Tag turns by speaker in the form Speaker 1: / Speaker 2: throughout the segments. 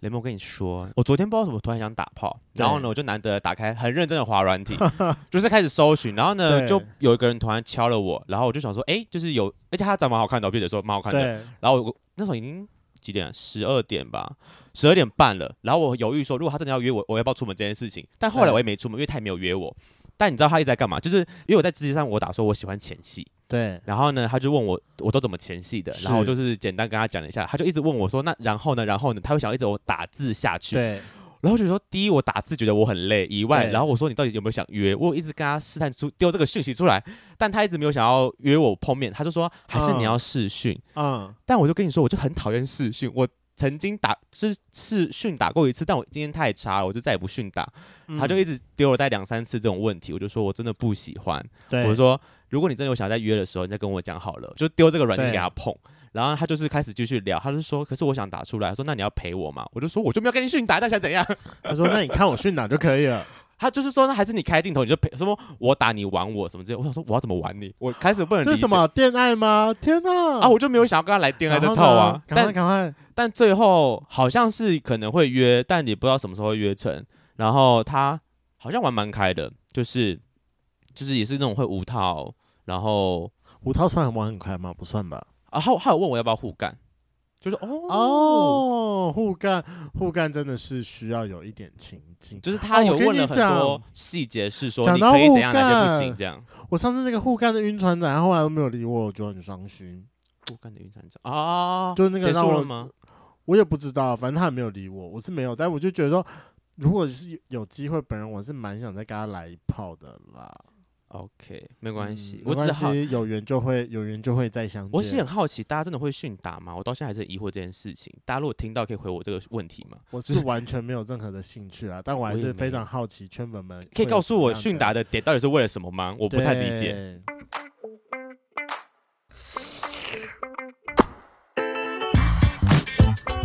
Speaker 1: 雷蒙，我跟你说，我昨天不知道怎么突然想打炮，
Speaker 2: 嗯对
Speaker 1: 然后呢，我就难得打开很认真的滑软 体，就是开始搜寻，然后呢，
Speaker 2: 对
Speaker 1: 就有一个人突然敲了我，然后我就想说，哎，就是有，而且他长蛮好看的，我就觉得说蛮好看的，
Speaker 2: 对，
Speaker 1: 然后我我那时候已经几点啊？十二点吧，十二点半了，然后我犹豫说，如果他真的要约我，我要不要出门这件事情？但后来
Speaker 2: 对
Speaker 1: 我也没出门，因为他也没有约我。但你知道他一直在干嘛？就是因为我在知识上我打说我喜欢前戏，
Speaker 2: 对，
Speaker 1: 然后呢，他就问我我都怎么前戏的，
Speaker 2: 是
Speaker 1: 然后我就是简单跟他讲了一下，他就一直问我说那然后呢，然后呢，他会想要一直我打字下去，
Speaker 2: 对，
Speaker 1: 然后我就说第一我打字觉得我很累以外，
Speaker 2: 对
Speaker 1: 然后我说你到底有没有想约？我有一直跟他试探出丢这个讯息出来，但他一直没有想要约我碰面，他就说还是你
Speaker 2: 嗯
Speaker 1: 要试训，
Speaker 2: 嗯，
Speaker 1: 但我就跟你说我就很讨厌试训，我。曾经打是试训打过一次，但我今天太差了，我就再也不训打。他就一
Speaker 2: 直，
Speaker 1: 直丢了大概两三次这种问题，我就说我真的不喜欢。
Speaker 2: 对
Speaker 1: 我说，如果你真的有想再约的时候，你再跟我讲好了，就丢这个软件
Speaker 2: 对
Speaker 1: 给他碰。然后他就是开始继续聊，他就说，可是我想打出来，他说那你要陪我嘛？我就说我就没有跟你训打，那想怎样？
Speaker 2: 他说那你看我去哪就可以了，
Speaker 1: 他就是说那还是你开镜头，你就陪什么我打你玩我什么之类的。我想说我要怎么玩你？我开始不能理
Speaker 2: 这是
Speaker 1: 解
Speaker 2: 什么恋爱吗？天哪！
Speaker 1: 啊？我就没有想要跟他来恋爱
Speaker 2: 然
Speaker 1: 这
Speaker 2: 后呢
Speaker 1: 套啊。
Speaker 2: 赶快
Speaker 1: 但
Speaker 2: 赶快，
Speaker 1: 但最后好像是可能会约，但你不知道什么时候会约成。然后他好像玩蛮开的，就是就是也是那种会无套，然后
Speaker 2: 五套算很玩很快吗？不算吧。
Speaker 1: 啊，还有还有问我要不要互干，就是哦
Speaker 2: 哦，互干互干真的是需要有一点情境。
Speaker 1: 就是他有
Speaker 2: 哦我跟
Speaker 1: 问
Speaker 2: 你
Speaker 1: 了很多细节，是说
Speaker 2: 讲
Speaker 1: 你
Speaker 2: 到
Speaker 1: 可以
Speaker 2: 互
Speaker 1: 怎样，哪些不
Speaker 2: 干
Speaker 1: 行这样。
Speaker 2: 我上次那个互干的晕船仔，他后来都没有理我，我就很伤心。
Speaker 1: 互干的晕船长啊，
Speaker 2: 就是那个
Speaker 1: 结
Speaker 2: 让
Speaker 1: 束
Speaker 2: 我
Speaker 1: 了吗？
Speaker 2: 我也不知道，反正他也没有理我，我是没有，但我就觉得说，如果是有有机会，本人我是蛮想再跟他来一炮的啦。
Speaker 1: OK，没关系
Speaker 2: 嗯，
Speaker 1: 我只
Speaker 2: 没关
Speaker 1: 好，
Speaker 2: 系，有缘就会有缘就会再相见。
Speaker 1: 我是很好奇，大家真的会训打吗？我到现在还是很疑惑这件事情。大家如果听到，可以回我这个问题吗？
Speaker 2: 我是完全没有任何的兴趣啊，但我还
Speaker 1: 我也
Speaker 2: 是
Speaker 1: 没
Speaker 2: 非
Speaker 1: 有
Speaker 2: 常好奇圈粉们
Speaker 1: 可以告诉我训
Speaker 2: 训
Speaker 1: 打的点到底是为了什么吗？我
Speaker 2: 我
Speaker 1: 不太理解。。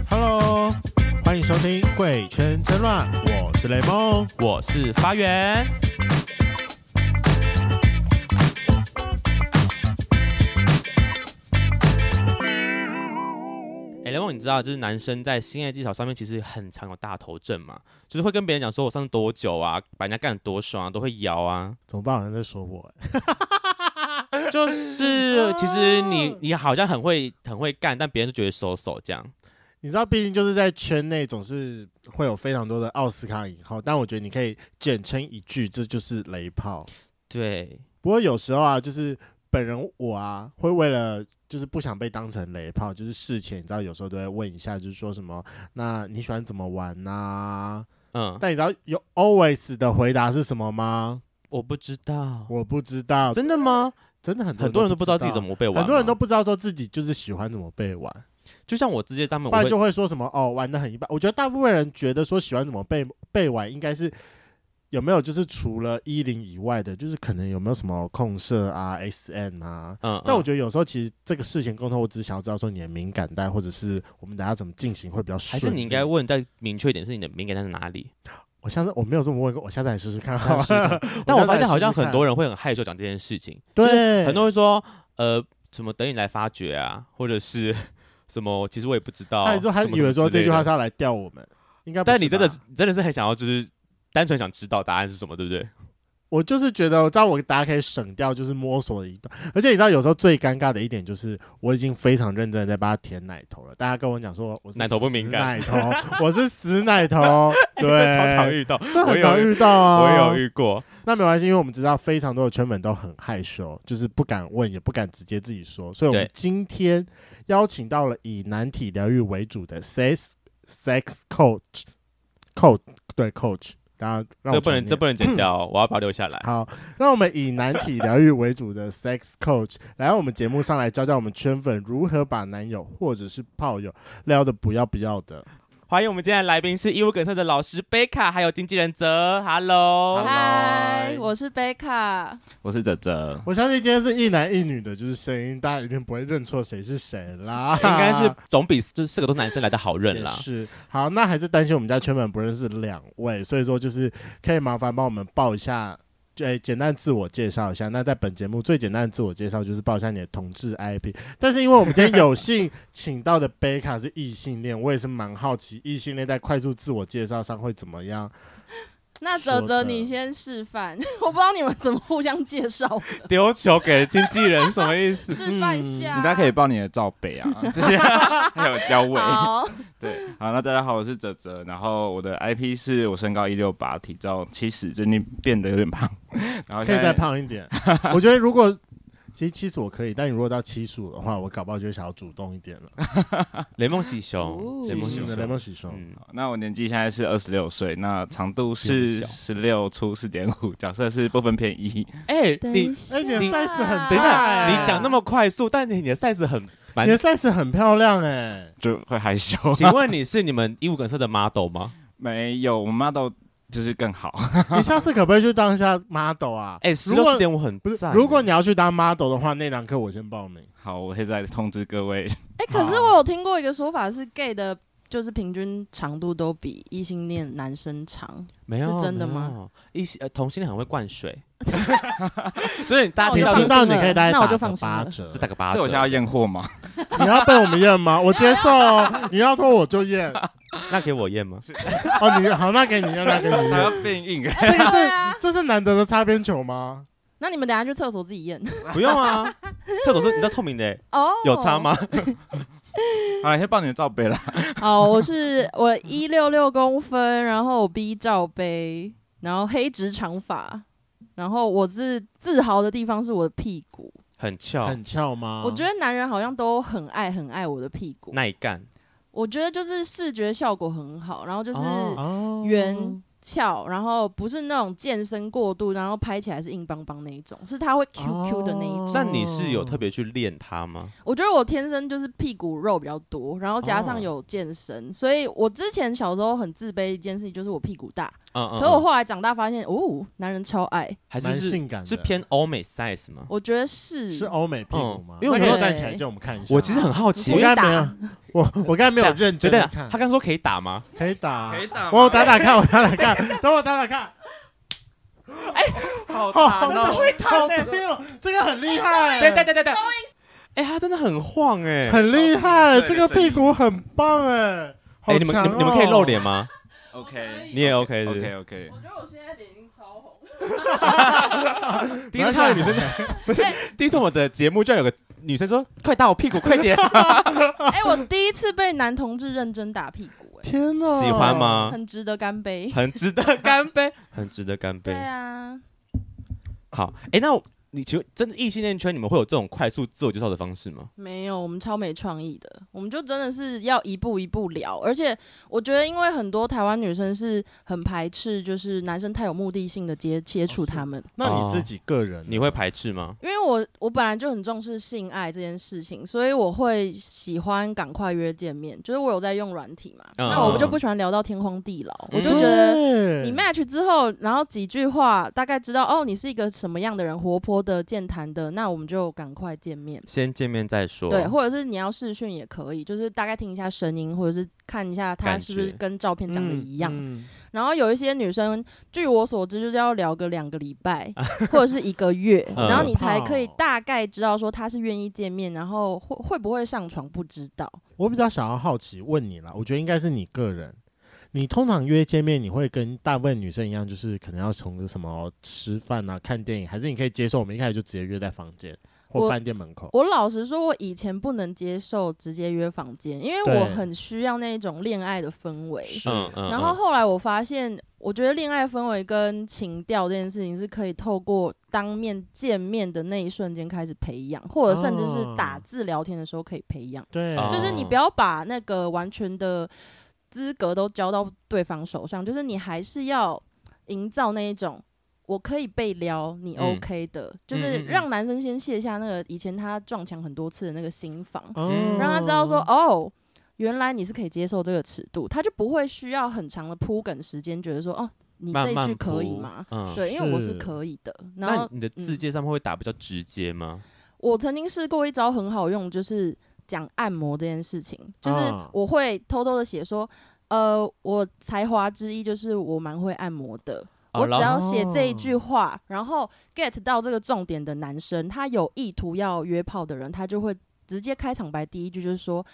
Speaker 2: Hello，欢迎收听《贵圈争乱》，我是雷梦。
Speaker 1: 我是发源，哎、雷梦，你知道，就是男生在性爱技巧上面其实很常有大头症嘛，就是会跟别人讲说我上次多久啊，把人家干得多爽啊，都会摇啊，
Speaker 2: 怎么办？好像在说我、欸，
Speaker 1: 就是其实 你你好像很会很会干，但别人就觉得手手这样。
Speaker 2: 你知道，毕竟就是在圈内总是会有非常多的奥斯卡影后，但我觉得你可以简称一句，这就是雷炮。
Speaker 1: 对，
Speaker 2: 不过有时候啊，就是本人我啊，会为了就是不想被当成雷炮，就是事前你知道，有时候都会问一下，就是说什么，那你喜欢怎么玩呐、
Speaker 1: 嗯，
Speaker 2: 但你知道有 always 的回答是什么吗？
Speaker 1: 我不知道，
Speaker 2: 我不知道，
Speaker 1: 真的吗？
Speaker 2: 真的很
Speaker 1: 很多人都不知道自己怎
Speaker 2: 么
Speaker 1: 么被玩吗，
Speaker 2: 很多人都不知道说自己就是喜欢怎么被玩，
Speaker 1: 就像我直接他们我
Speaker 2: 不然
Speaker 1: 会
Speaker 2: 就会说什么哦玩的很一般。我觉得大部分人觉得说喜欢怎么被被玩，应该是有没有就是除了一零以外的，就是可能有没有什么控射啊、SN 啊。
Speaker 1: 嗯，
Speaker 2: 但
Speaker 1: 嗯
Speaker 2: 我觉得有时候其实这个事前沟通，我只是想要知道说你的敏感带，或者是我们等下怎么进行会比较
Speaker 1: 还
Speaker 2: 顺利。
Speaker 1: 是你应该问再明确一点，是你的敏感在哪 里？
Speaker 2: 我下次我没有这么问过，我下次来试试看好
Speaker 1: 但
Speaker 2: 了。
Speaker 1: 是但我发现好像很多
Speaker 2: 人
Speaker 1: 人会很害羞讲这件事情，
Speaker 2: 对
Speaker 1: 很多人说呃什么等你来发掘啊，或者是什么其实我也不知道，
Speaker 2: 他说他
Speaker 1: 哦什么
Speaker 2: 以为
Speaker 1: 什么
Speaker 2: 说
Speaker 1: 之类
Speaker 2: 这句话
Speaker 1: 的
Speaker 2: 是要来吊我们，应该不
Speaker 1: 但你
Speaker 2: 吧
Speaker 1: 真的是你真的是很想要就是单纯想知道答案是什么，对不对？
Speaker 2: 我就是觉得，我知道我大家可以省掉就是摸索的一段，而且你知道有时候最尴尬的一点就是，我已经非常认真的在帮他舔奶头了，大家跟我讲说我是
Speaker 1: 奶头不敏感
Speaker 2: 死奶头我是死奶头，
Speaker 1: 这超常
Speaker 2: 对，
Speaker 1: 遇到，
Speaker 2: 这
Speaker 1: 我
Speaker 2: 很
Speaker 1: 有
Speaker 2: 常遇到啊，
Speaker 1: 我也有遇过，
Speaker 2: 那没关系，因为我们知道非常多的圈粉都很害羞，就是不敢问，也不敢直接自己说，所以我们
Speaker 1: 对
Speaker 2: 今天邀请到了以男体疗愈为主的 sex sex coach coach 对 coach，大家让我
Speaker 1: 这不能
Speaker 2: 转念
Speaker 1: 这不能 剪掉哦，我要把它留下来。
Speaker 2: 好，让我们以男体疗愈为主的 sex coach 来到我们节目上来教教我们圈粉如何把男友或者是炮友撩的不要不要的。
Speaker 1: 欢迎我们今天的来宾是义务梗塞的老师贝卡，还有经纪人泽，Hello，
Speaker 3: 嗨，
Speaker 2: Hello
Speaker 3: 我是贝卡。
Speaker 4: 我是哲哲，
Speaker 2: 我相信今天是一男一女的，就是声音，大家一定不会认错谁是谁啦。
Speaker 1: 应该
Speaker 2: 啊
Speaker 1: 是总比就是四个都男生来的好认
Speaker 2: 也
Speaker 1: 啦。
Speaker 2: 是好，那还是担心我们家圈粉不认识两位，所以说就是可以麻烦帮我们报一下，哎，简单自我介绍一下。那在本节目最简单的自我介绍就是报一下你的同志 IP。但是因为我们今天有幸请到的贝卡是异性恋，我也是蛮好奇异性恋在快速自我介绍上会怎么样。
Speaker 3: 那泽
Speaker 2: 说的
Speaker 3: 泽，你先示范， 我不知道你们怎么互相介绍的，
Speaker 1: 丢球给经纪人什么意思？
Speaker 3: 示范下。
Speaker 4: 嗯你大家可以报你的罩杯啊，这些还有腰围。
Speaker 3: 好，
Speaker 4: 对，好，那大家好，我是哲哲，然后我的 IP 是我身高一六八，体重七十，最近变得有点胖，然后
Speaker 2: 可以
Speaker 4: 现
Speaker 2: 再
Speaker 4: 在
Speaker 2: 胖一点。我觉得如果其实七十我可以，但你如果到七十五的话，我搞不好就会想要主动一点了。
Speaker 1: 雷梦喜熊，
Speaker 3: 哦
Speaker 1: 雷
Speaker 2: 七
Speaker 1: 梦
Speaker 2: 十
Speaker 1: 喜
Speaker 2: 五的
Speaker 1: 熊，
Speaker 2: 雷哦蒙喜熊，
Speaker 1: 嗯，
Speaker 4: 那我年纪现在是二十六岁，那长度
Speaker 1: 有
Speaker 4: 是
Speaker 1: 点
Speaker 4: 十六出四点五，角色是不分偏一。
Speaker 1: 哎，
Speaker 3: 等
Speaker 1: 你
Speaker 3: 一下，
Speaker 2: 哎你的 size 很大
Speaker 1: 等一下，
Speaker 2: 哎
Speaker 1: 你讲那么快速，但你你的 size 很蛮
Speaker 2: 你的 size 很漂亮哎、
Speaker 4: 就会害羞。
Speaker 1: 请问你是你们义务梗社的 model 吗？
Speaker 4: 没有，我妈都就是更好。
Speaker 2: 你下次可不可以去当一下 model 啊？
Speaker 1: 哎、十
Speaker 2: 如
Speaker 1: 六
Speaker 2: 果
Speaker 1: 四点五很
Speaker 2: 不是
Speaker 1: 赞，欸
Speaker 2: 如果你要去当 model 的话，那堂课我先报名。
Speaker 4: 好，我会再通知各位。
Speaker 3: 哎、可是我有听过一个说法是，gay 的就是平均长度都比异性恋男生 长，
Speaker 1: 没有
Speaker 3: 是真的吗？
Speaker 1: 没有一些、呃、同性恋很会灌 水，所以大家
Speaker 3: 那我
Speaker 1: 听
Speaker 3: 就
Speaker 1: 到就
Speaker 2: 听
Speaker 3: 放
Speaker 2: 到
Speaker 3: 心
Speaker 2: 你
Speaker 3: 了
Speaker 2: 可以大概
Speaker 3: 那我
Speaker 2: 打
Speaker 3: 就
Speaker 2: 个
Speaker 3: 放心
Speaker 2: 八
Speaker 3: 了
Speaker 2: 折
Speaker 1: 只，打个八
Speaker 4: 所以我现在要
Speaker 1: 折，
Speaker 4: 验货吗？
Speaker 2: 你要被我们验吗？我接受，哦 你要拖我就验。
Speaker 1: 那给我验吗？
Speaker 2: 哦，你好，那给你验，那给你
Speaker 4: 还 要
Speaker 2: 验。
Speaker 4: 变硬。
Speaker 2: 这个
Speaker 3: 对
Speaker 2: 是
Speaker 3: 啊，
Speaker 2: 这是难得的擦边球吗？
Speaker 3: 那你们等一下去厕所自己验
Speaker 1: 不用 啊，厕所是你知道透明的、
Speaker 3: 哦。
Speaker 1: 有差？吗？
Speaker 4: 好了，先报你的罩杯啦。
Speaker 3: 好，我是我一六六公分，然后我 B 罩杯，然后黑直长发，然后我是自豪的地方是我的屁股。
Speaker 1: 很翘，
Speaker 2: 很翘
Speaker 1: 嗯
Speaker 2: 吗？
Speaker 3: 我觉得男人好像都很爱很爱我的屁股，
Speaker 1: 耐干，
Speaker 3: 我觉得就是视觉效果很好，然后就是
Speaker 1: 哦
Speaker 2: 哦
Speaker 3: 圆翘，然后不是那种健身过度，然后拍起来是硬邦邦那一种，是它会 QQ 的那一种。
Speaker 1: 那你是有特别去练它吗？
Speaker 3: 我觉得我天生就是屁股肉比较多，然后加
Speaker 1: 哦
Speaker 3: 上有健身，所以我之前小时候很自卑一件事情就是我屁股大，
Speaker 1: 嗯嗯，
Speaker 3: 可我
Speaker 1: 嗯
Speaker 3: 后来长大发现，哦，男人超爱，
Speaker 1: 还是
Speaker 2: 蛮
Speaker 1: 是
Speaker 2: 性感的，
Speaker 1: 是偏欧美 size 吗？
Speaker 3: 我觉得是
Speaker 2: 是欧美屁股吗
Speaker 1: 嗯？因为
Speaker 2: 那
Speaker 1: 我
Speaker 2: 可
Speaker 1: 有
Speaker 2: 以站起来叫我们看一下。
Speaker 1: 我其实很好奇，
Speaker 2: 我
Speaker 1: 因为
Speaker 2: 刚才没有，我我刚才没有认
Speaker 1: 对对
Speaker 2: 真地
Speaker 1: 啊，
Speaker 2: 看
Speaker 1: 他，刚说可以打吗？
Speaker 2: 可以打，
Speaker 4: 打
Speaker 2: 我打打看，我打打看， 等我打打看。
Speaker 4: 好
Speaker 2: 哦，
Speaker 4: 惨哦。
Speaker 2: 会弹没有，这个很厉害，
Speaker 1: 对对对对对，哎，他真的很晃哎，
Speaker 2: 很厉害，
Speaker 4: 超级
Speaker 2: 这个屁股很棒哎，好
Speaker 1: 哎，你们
Speaker 2: 强
Speaker 1: 你
Speaker 2: 哦！
Speaker 1: 们你们可以露脸 吗？
Speaker 4: OK
Speaker 1: 你也 OK 是不是
Speaker 4: OK OK，
Speaker 3: 觉得我现在脸已经超红，
Speaker 1: 第一次看到女生， 不是第一次我的节目就有个女生说：“快打我屁股，快点
Speaker 3: 哎、我第一次被男同志认真打屁股、
Speaker 2: 哦 天！”哪，
Speaker 1: 喜欢？
Speaker 3: 哎，
Speaker 1: 吗？
Speaker 3: 很值得干杯。
Speaker 1: 很值得干杯， 很值得干
Speaker 3: 对
Speaker 1: 杯。
Speaker 3: 啊，
Speaker 1: 好，哎，那你请问，真的异性恋圈你们会有这种快速自我介绍的方式吗？
Speaker 3: 没有，我们超没创意的，我们就真的是要一步一步聊。而且我觉得，因为很多台湾女生是很排斥，就是男生太有目的性的接接触他们。
Speaker 2: 那你自己个人，
Speaker 1: 你会排斥吗？
Speaker 3: 因为我我本来就很重视性爱这件事情，所以我会喜欢赶快约见面。就是我有在用软体嘛，
Speaker 1: 嗯
Speaker 3: 那我就不喜欢聊到天荒地老，
Speaker 1: 嗯
Speaker 3: 我就觉得
Speaker 2: 对
Speaker 3: 你 match 之后，然后几句话大概知道哦，你是一个什么样的人，活泼的、健谈的，那我们就赶快见面。
Speaker 1: 先见面再说。
Speaker 3: 对，或者是你要视讯也可以，就是大概听一下声音，或者是看一下他
Speaker 1: 感
Speaker 3: 是不是
Speaker 1: 觉
Speaker 3: 跟照片长得一样。
Speaker 2: 嗯
Speaker 3: 然后有一些女生，据我所知，就是要聊个两个礼拜或者是一 个月，
Speaker 1: 嗯
Speaker 3: 然后你才可以
Speaker 2: 好
Speaker 3: 大概知道说他是愿意见面，然后会会不会上床不知道。
Speaker 2: 我比较想要好奇问你啦，我觉得应该是你个人。你通常约见面，你会跟大部分女生一样，就是可能要从什么吃饭啊、看电影，还是你可以接受我们一开始就直接约在房间或
Speaker 3: 我
Speaker 2: 饭店门口？
Speaker 3: 我老实说，我以前不能接受直接约房间，因为
Speaker 2: 对
Speaker 3: 我很需要那种恋爱的氛围。
Speaker 2: 是
Speaker 1: 嗯，嗯嗯。
Speaker 3: 然后后来我发现，我觉得恋爱氛围跟情调这件事情是可以透过当面见面的那一瞬间开始培养，或者甚至是打字聊天的时候可以培养。
Speaker 2: 对，
Speaker 1: 哦
Speaker 3: 就是你不要把那个完全的资格都交到对方手上，就是你还是要营造那一种。我可以被撩，你
Speaker 1: 嗯
Speaker 3: OK 的，就
Speaker 1: 嗯
Speaker 3: 是
Speaker 1: 嗯
Speaker 3: 让男生先卸下那个以前他撞墙很多次的那个心防，
Speaker 1: 嗯
Speaker 3: 让他知道说，哦，原来你是可以接受这个尺度，他就不会需要很长的铺梗时间，觉得说，哦，你这
Speaker 1: 慢
Speaker 3: 一
Speaker 1: 慢
Speaker 3: 句可以
Speaker 1: 铺
Speaker 3: 吗？？
Speaker 1: 嗯，
Speaker 3: 对，因为我
Speaker 2: 是
Speaker 3: 是可以的。然
Speaker 1: 那
Speaker 3: 后
Speaker 1: 你的字
Speaker 3: 嗯
Speaker 1: 界上面会打比较直接吗？
Speaker 3: 我曾经试过一招很好用，就是讲按摩这件事情，就是
Speaker 2: 啊
Speaker 3: 我会偷偷的写说，呃，我才华之一就是我蛮会按摩的。
Speaker 1: 哦
Speaker 3: 我只
Speaker 1: 然
Speaker 3: 要
Speaker 1: 后
Speaker 3: 写这一句话，然后 get 到这个重点的男生，他有意图要约炮的人，他就会直接开场白第一句就是说：“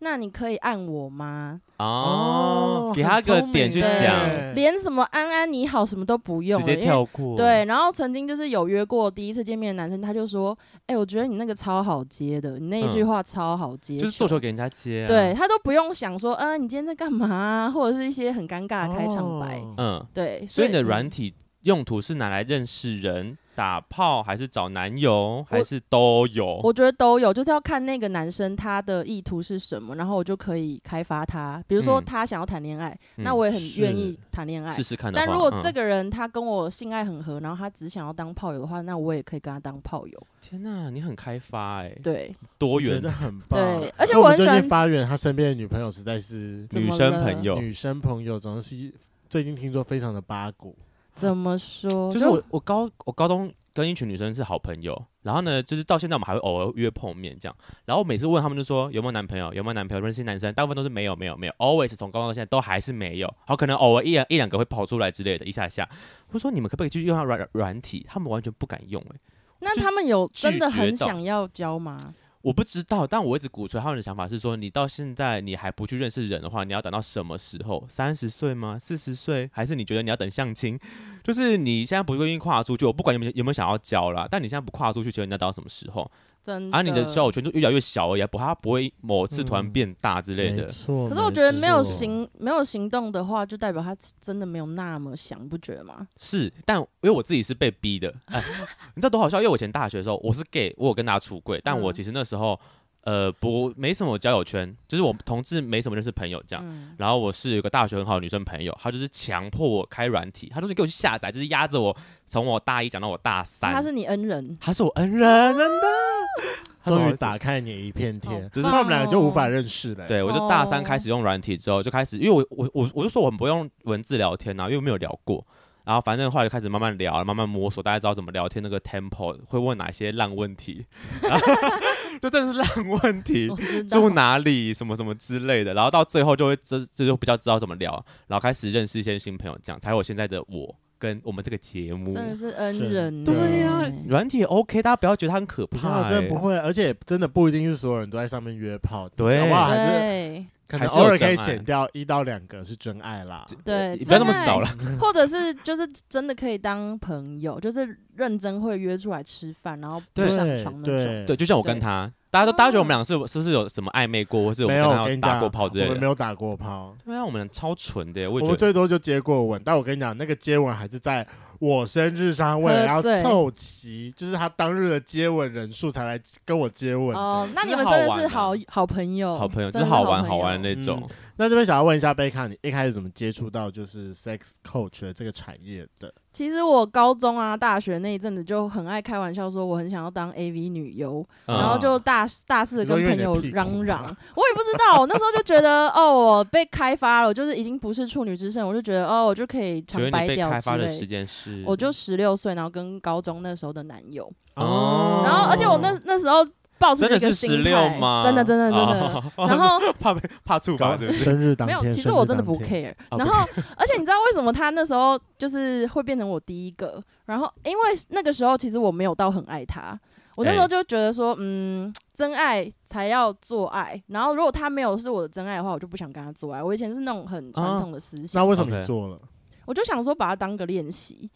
Speaker 3: 那你可以按我吗？”
Speaker 1: 哦，给他
Speaker 2: 很
Speaker 1: 个
Speaker 2: 聪
Speaker 1: 点去
Speaker 2: 明
Speaker 1: 讲，
Speaker 2: 耶
Speaker 3: 连什么安安你好什么都不用
Speaker 1: 直
Speaker 3: 了，
Speaker 1: 接
Speaker 3: 因为
Speaker 1: 跳过。
Speaker 3: 对，然后曾经就是有约过第一次见面的男生，他就说：“哎、我觉得你那个超好接的，你那一句
Speaker 1: 嗯
Speaker 3: 话超好接球、
Speaker 1: 就是做球给人家接、啊。
Speaker 3: 对，他都不用想说，嗯、你今天在干嘛啊、或者是一些很尴尬的开场白。
Speaker 2: 哦
Speaker 1: 嗯，
Speaker 3: 对，
Speaker 1: 所以你的
Speaker 3: 嗯
Speaker 1: 软体用途是拿来认识人、打炮，还是找男友，还
Speaker 3: 我
Speaker 1: 是都有？
Speaker 3: 我觉得都有，就是要看那个男生他的意图是什么，然后我就可以开发他。比如说
Speaker 1: 嗯
Speaker 3: 他想要谈恋爱，
Speaker 1: 嗯
Speaker 3: 那我也很愿意
Speaker 2: 是
Speaker 3: 谈恋爱。
Speaker 1: 试试看的话。
Speaker 3: 但如果这
Speaker 1: 嗯、
Speaker 3: 个人他跟我性爱很合，然后他只想要当炮友的话，那我也可以跟他当炮友。
Speaker 1: 天哪、你很开发哎、
Speaker 3: 对，
Speaker 1: 多
Speaker 2: 我觉
Speaker 1: 元
Speaker 2: 得很棒。
Speaker 3: 对而且
Speaker 2: 那我
Speaker 3: 我
Speaker 2: 们
Speaker 3: 很喜
Speaker 2: 最
Speaker 3: 欢
Speaker 2: 近发源他身边的女朋友实在是
Speaker 3: 怎
Speaker 1: 女
Speaker 3: 么
Speaker 1: 生
Speaker 3: 了
Speaker 1: 朋友，
Speaker 2: 女生朋友总是最近听说非常的八股，
Speaker 3: 怎么说？
Speaker 1: 就是我我高我高中跟一群女生是好朋友，然后呢，就是到现在我们还会偶尔约碰面这样。然后每次问他们就说有没有男朋友，有没有男朋友，认识男生，大部分都是没有没有没有，always 从高中到现在都还是没有，好可能偶尔一两一两个会跑出来之类的，一下下。我说你们可不可以去用下软软体？他们完全不敢用哎、
Speaker 3: 那
Speaker 1: 就
Speaker 3: 他们有真的
Speaker 1: 拒绝
Speaker 3: 很
Speaker 1: 到
Speaker 3: 想要交吗？
Speaker 1: 我不知道，但我一直鼓吹他们的想法是说，你到现在你还不去认识人的话，你要等到什么时候？三十岁吗？四十岁？还是你觉得你要等相亲？就是你现在不愿意跨出去，我不管你们有没有想要交啦，但你现在不跨出去，请问你要等到什么时候？
Speaker 3: 真的。
Speaker 1: 而、啊、你的交友圈就越来越小而已啊，不，它不会某次突然
Speaker 2: 嗯
Speaker 1: 变大之类的。
Speaker 2: 没错。
Speaker 3: 可是我觉得没有
Speaker 2: 错
Speaker 3: 行没有行动的话，就代表他真的没有那么想，你不觉得吗？
Speaker 1: 是，但因为我自己是被逼的，哎， 你知道多好笑？因为我以前大学的时候，我是 gay，我有跟大家出柜，但我
Speaker 3: 嗯
Speaker 1: 其实那时候，呃，不没什么交友圈，就是我同志没什么认识朋友这样。
Speaker 3: 嗯，
Speaker 1: 然后我是有个大学很好的女生朋友，她就是强迫我开软体，她就是给我去下载，就是压着我从我大一讲到我大三。
Speaker 3: 他是你恩人，
Speaker 1: 她是我恩人，啊真的。她是我
Speaker 2: 终
Speaker 1: 儿
Speaker 2: 于
Speaker 1: 子
Speaker 2: 打开你一片天，
Speaker 1: 哦只
Speaker 2: 只
Speaker 1: 是
Speaker 2: 是他们两个就无法认识了。，
Speaker 1: 对，我就大三
Speaker 3: 哦
Speaker 1: 开始用软体之后，就开始，因为我我我我就说我很不用文字聊天呐、啊因为没有聊过。然后反正后来就开始慢慢聊，慢慢摸索，大家知道怎么聊天，那个 tempo 会问哪些烂问题， 就真的是烂问题
Speaker 3: 我。知道
Speaker 1: 住哪里，什么什么之类的，然后到最后就会这这就比较知道怎么聊，然后开始认识一些新朋友，这样才有现在的我跟我们这个节目。
Speaker 3: 真的是恩人欸呢、
Speaker 2: 是
Speaker 1: 对啊呀、软体也 OK，大家不要觉得它很可
Speaker 2: 不
Speaker 1: 怕、欸，
Speaker 2: 啊真的不会，而且真的不一定是所有人都在上面约炮，
Speaker 1: 对
Speaker 2: 好不好？还是
Speaker 3: 对
Speaker 2: 可
Speaker 1: 还
Speaker 2: 能
Speaker 1: 是有
Speaker 2: 偶尔可以
Speaker 1: 真爱
Speaker 2: 减掉一到两个是真爱啦。
Speaker 3: 对，
Speaker 1: 呃不要那么
Speaker 3: 真爱
Speaker 1: 少了。，
Speaker 3: 或者是就是真的可以当朋友，就是认真会约出来吃饭，然后不
Speaker 1: 对
Speaker 3: 上床那种。
Speaker 2: 对
Speaker 1: 对，，就像我跟
Speaker 3: 对
Speaker 1: 他，大家都大家觉得我们
Speaker 3: 哦
Speaker 1: 俩是是不是有什么暧昧过，或是我
Speaker 2: 没
Speaker 1: 们
Speaker 2: 有，
Speaker 1: 跟
Speaker 2: 我
Speaker 1: 他
Speaker 2: 跟
Speaker 1: 有
Speaker 2: 你
Speaker 1: 打
Speaker 2: 讲，
Speaker 1: 过炮之
Speaker 2: 我
Speaker 1: 类
Speaker 2: 们没
Speaker 1: 的？
Speaker 2: 有打过炮，
Speaker 1: 对啊，我们俩超纯的耶，欸我
Speaker 2: 我
Speaker 1: 也
Speaker 2: 们
Speaker 1: 觉得。
Speaker 2: 最多就接过吻。但我跟你讲，那个接吻还是在我生日上，为了要
Speaker 3: 喝醉
Speaker 2: 凑齐，就是他当日的接吻人数才来跟我接吻的。
Speaker 3: 哦，那
Speaker 1: 真
Speaker 3: 你
Speaker 1: 的
Speaker 3: 们
Speaker 1: 好
Speaker 3: 真的
Speaker 1: 玩
Speaker 3: 是
Speaker 1: 啊
Speaker 3: 好好朋友，
Speaker 1: 好朋友，就
Speaker 3: 真
Speaker 1: 是
Speaker 3: 的
Speaker 1: 好
Speaker 3: 朋
Speaker 1: 玩
Speaker 3: 友
Speaker 1: 好玩那种。
Speaker 2: 那这边想要问一下贝卡，你一开始怎么接触到就是 sex coach 的这个产业的？
Speaker 3: 其实我高中啊、大学那一阵子就很爱开玩笑说，我很想要当 AV 女优，
Speaker 1: 嗯
Speaker 3: 然后就大大四跟朋友
Speaker 2: 你说因为
Speaker 3: 嚷
Speaker 2: 你的屁
Speaker 3: 嚷
Speaker 2: 股，
Speaker 3: 我也不知道，我那时候就觉得 哦，我被开发了，我就是已经不是处女之身，我就觉得哦，我就可以
Speaker 1: 请
Speaker 3: 长
Speaker 1: 问
Speaker 3: 白
Speaker 1: 你被
Speaker 3: 屌
Speaker 1: 开
Speaker 3: 之
Speaker 1: 发的时
Speaker 3: 类。
Speaker 1: 间是？
Speaker 3: 我就十六岁，然后跟高中那时候的男友，
Speaker 1: 哦
Speaker 3: 然后而且我那那时候抱着
Speaker 1: 真的
Speaker 3: 一个
Speaker 1: 是
Speaker 3: 心
Speaker 1: 十
Speaker 3: 态
Speaker 1: 六吗？
Speaker 3: 真的真的真的。
Speaker 1: 哦，
Speaker 3: 然后
Speaker 1: 怕被怕触
Speaker 2: 搞
Speaker 1: 发是不是？
Speaker 2: 生日当
Speaker 3: 没
Speaker 2: 天，
Speaker 3: 有，其实
Speaker 2: 生日
Speaker 3: 我真的
Speaker 2: 当
Speaker 3: 不
Speaker 2: 天
Speaker 3: care。
Speaker 1: 哦不
Speaker 3: 然后，而且你知道为什么他那时候就是会变成我第一个？然后，因为那个时候其实我没有到很爱他，我那时
Speaker 1: 哎
Speaker 3: 候就觉得说，嗯，真爱才要做爱。然后，如果他没有是我的真爱的话，我就不想跟他做爱。我以前是那种很
Speaker 1: 啊
Speaker 3: 传统的思
Speaker 2: 那
Speaker 3: 想，
Speaker 2: 为什么
Speaker 1: OK
Speaker 2: 你做了？
Speaker 3: 我就想说把它当个练习。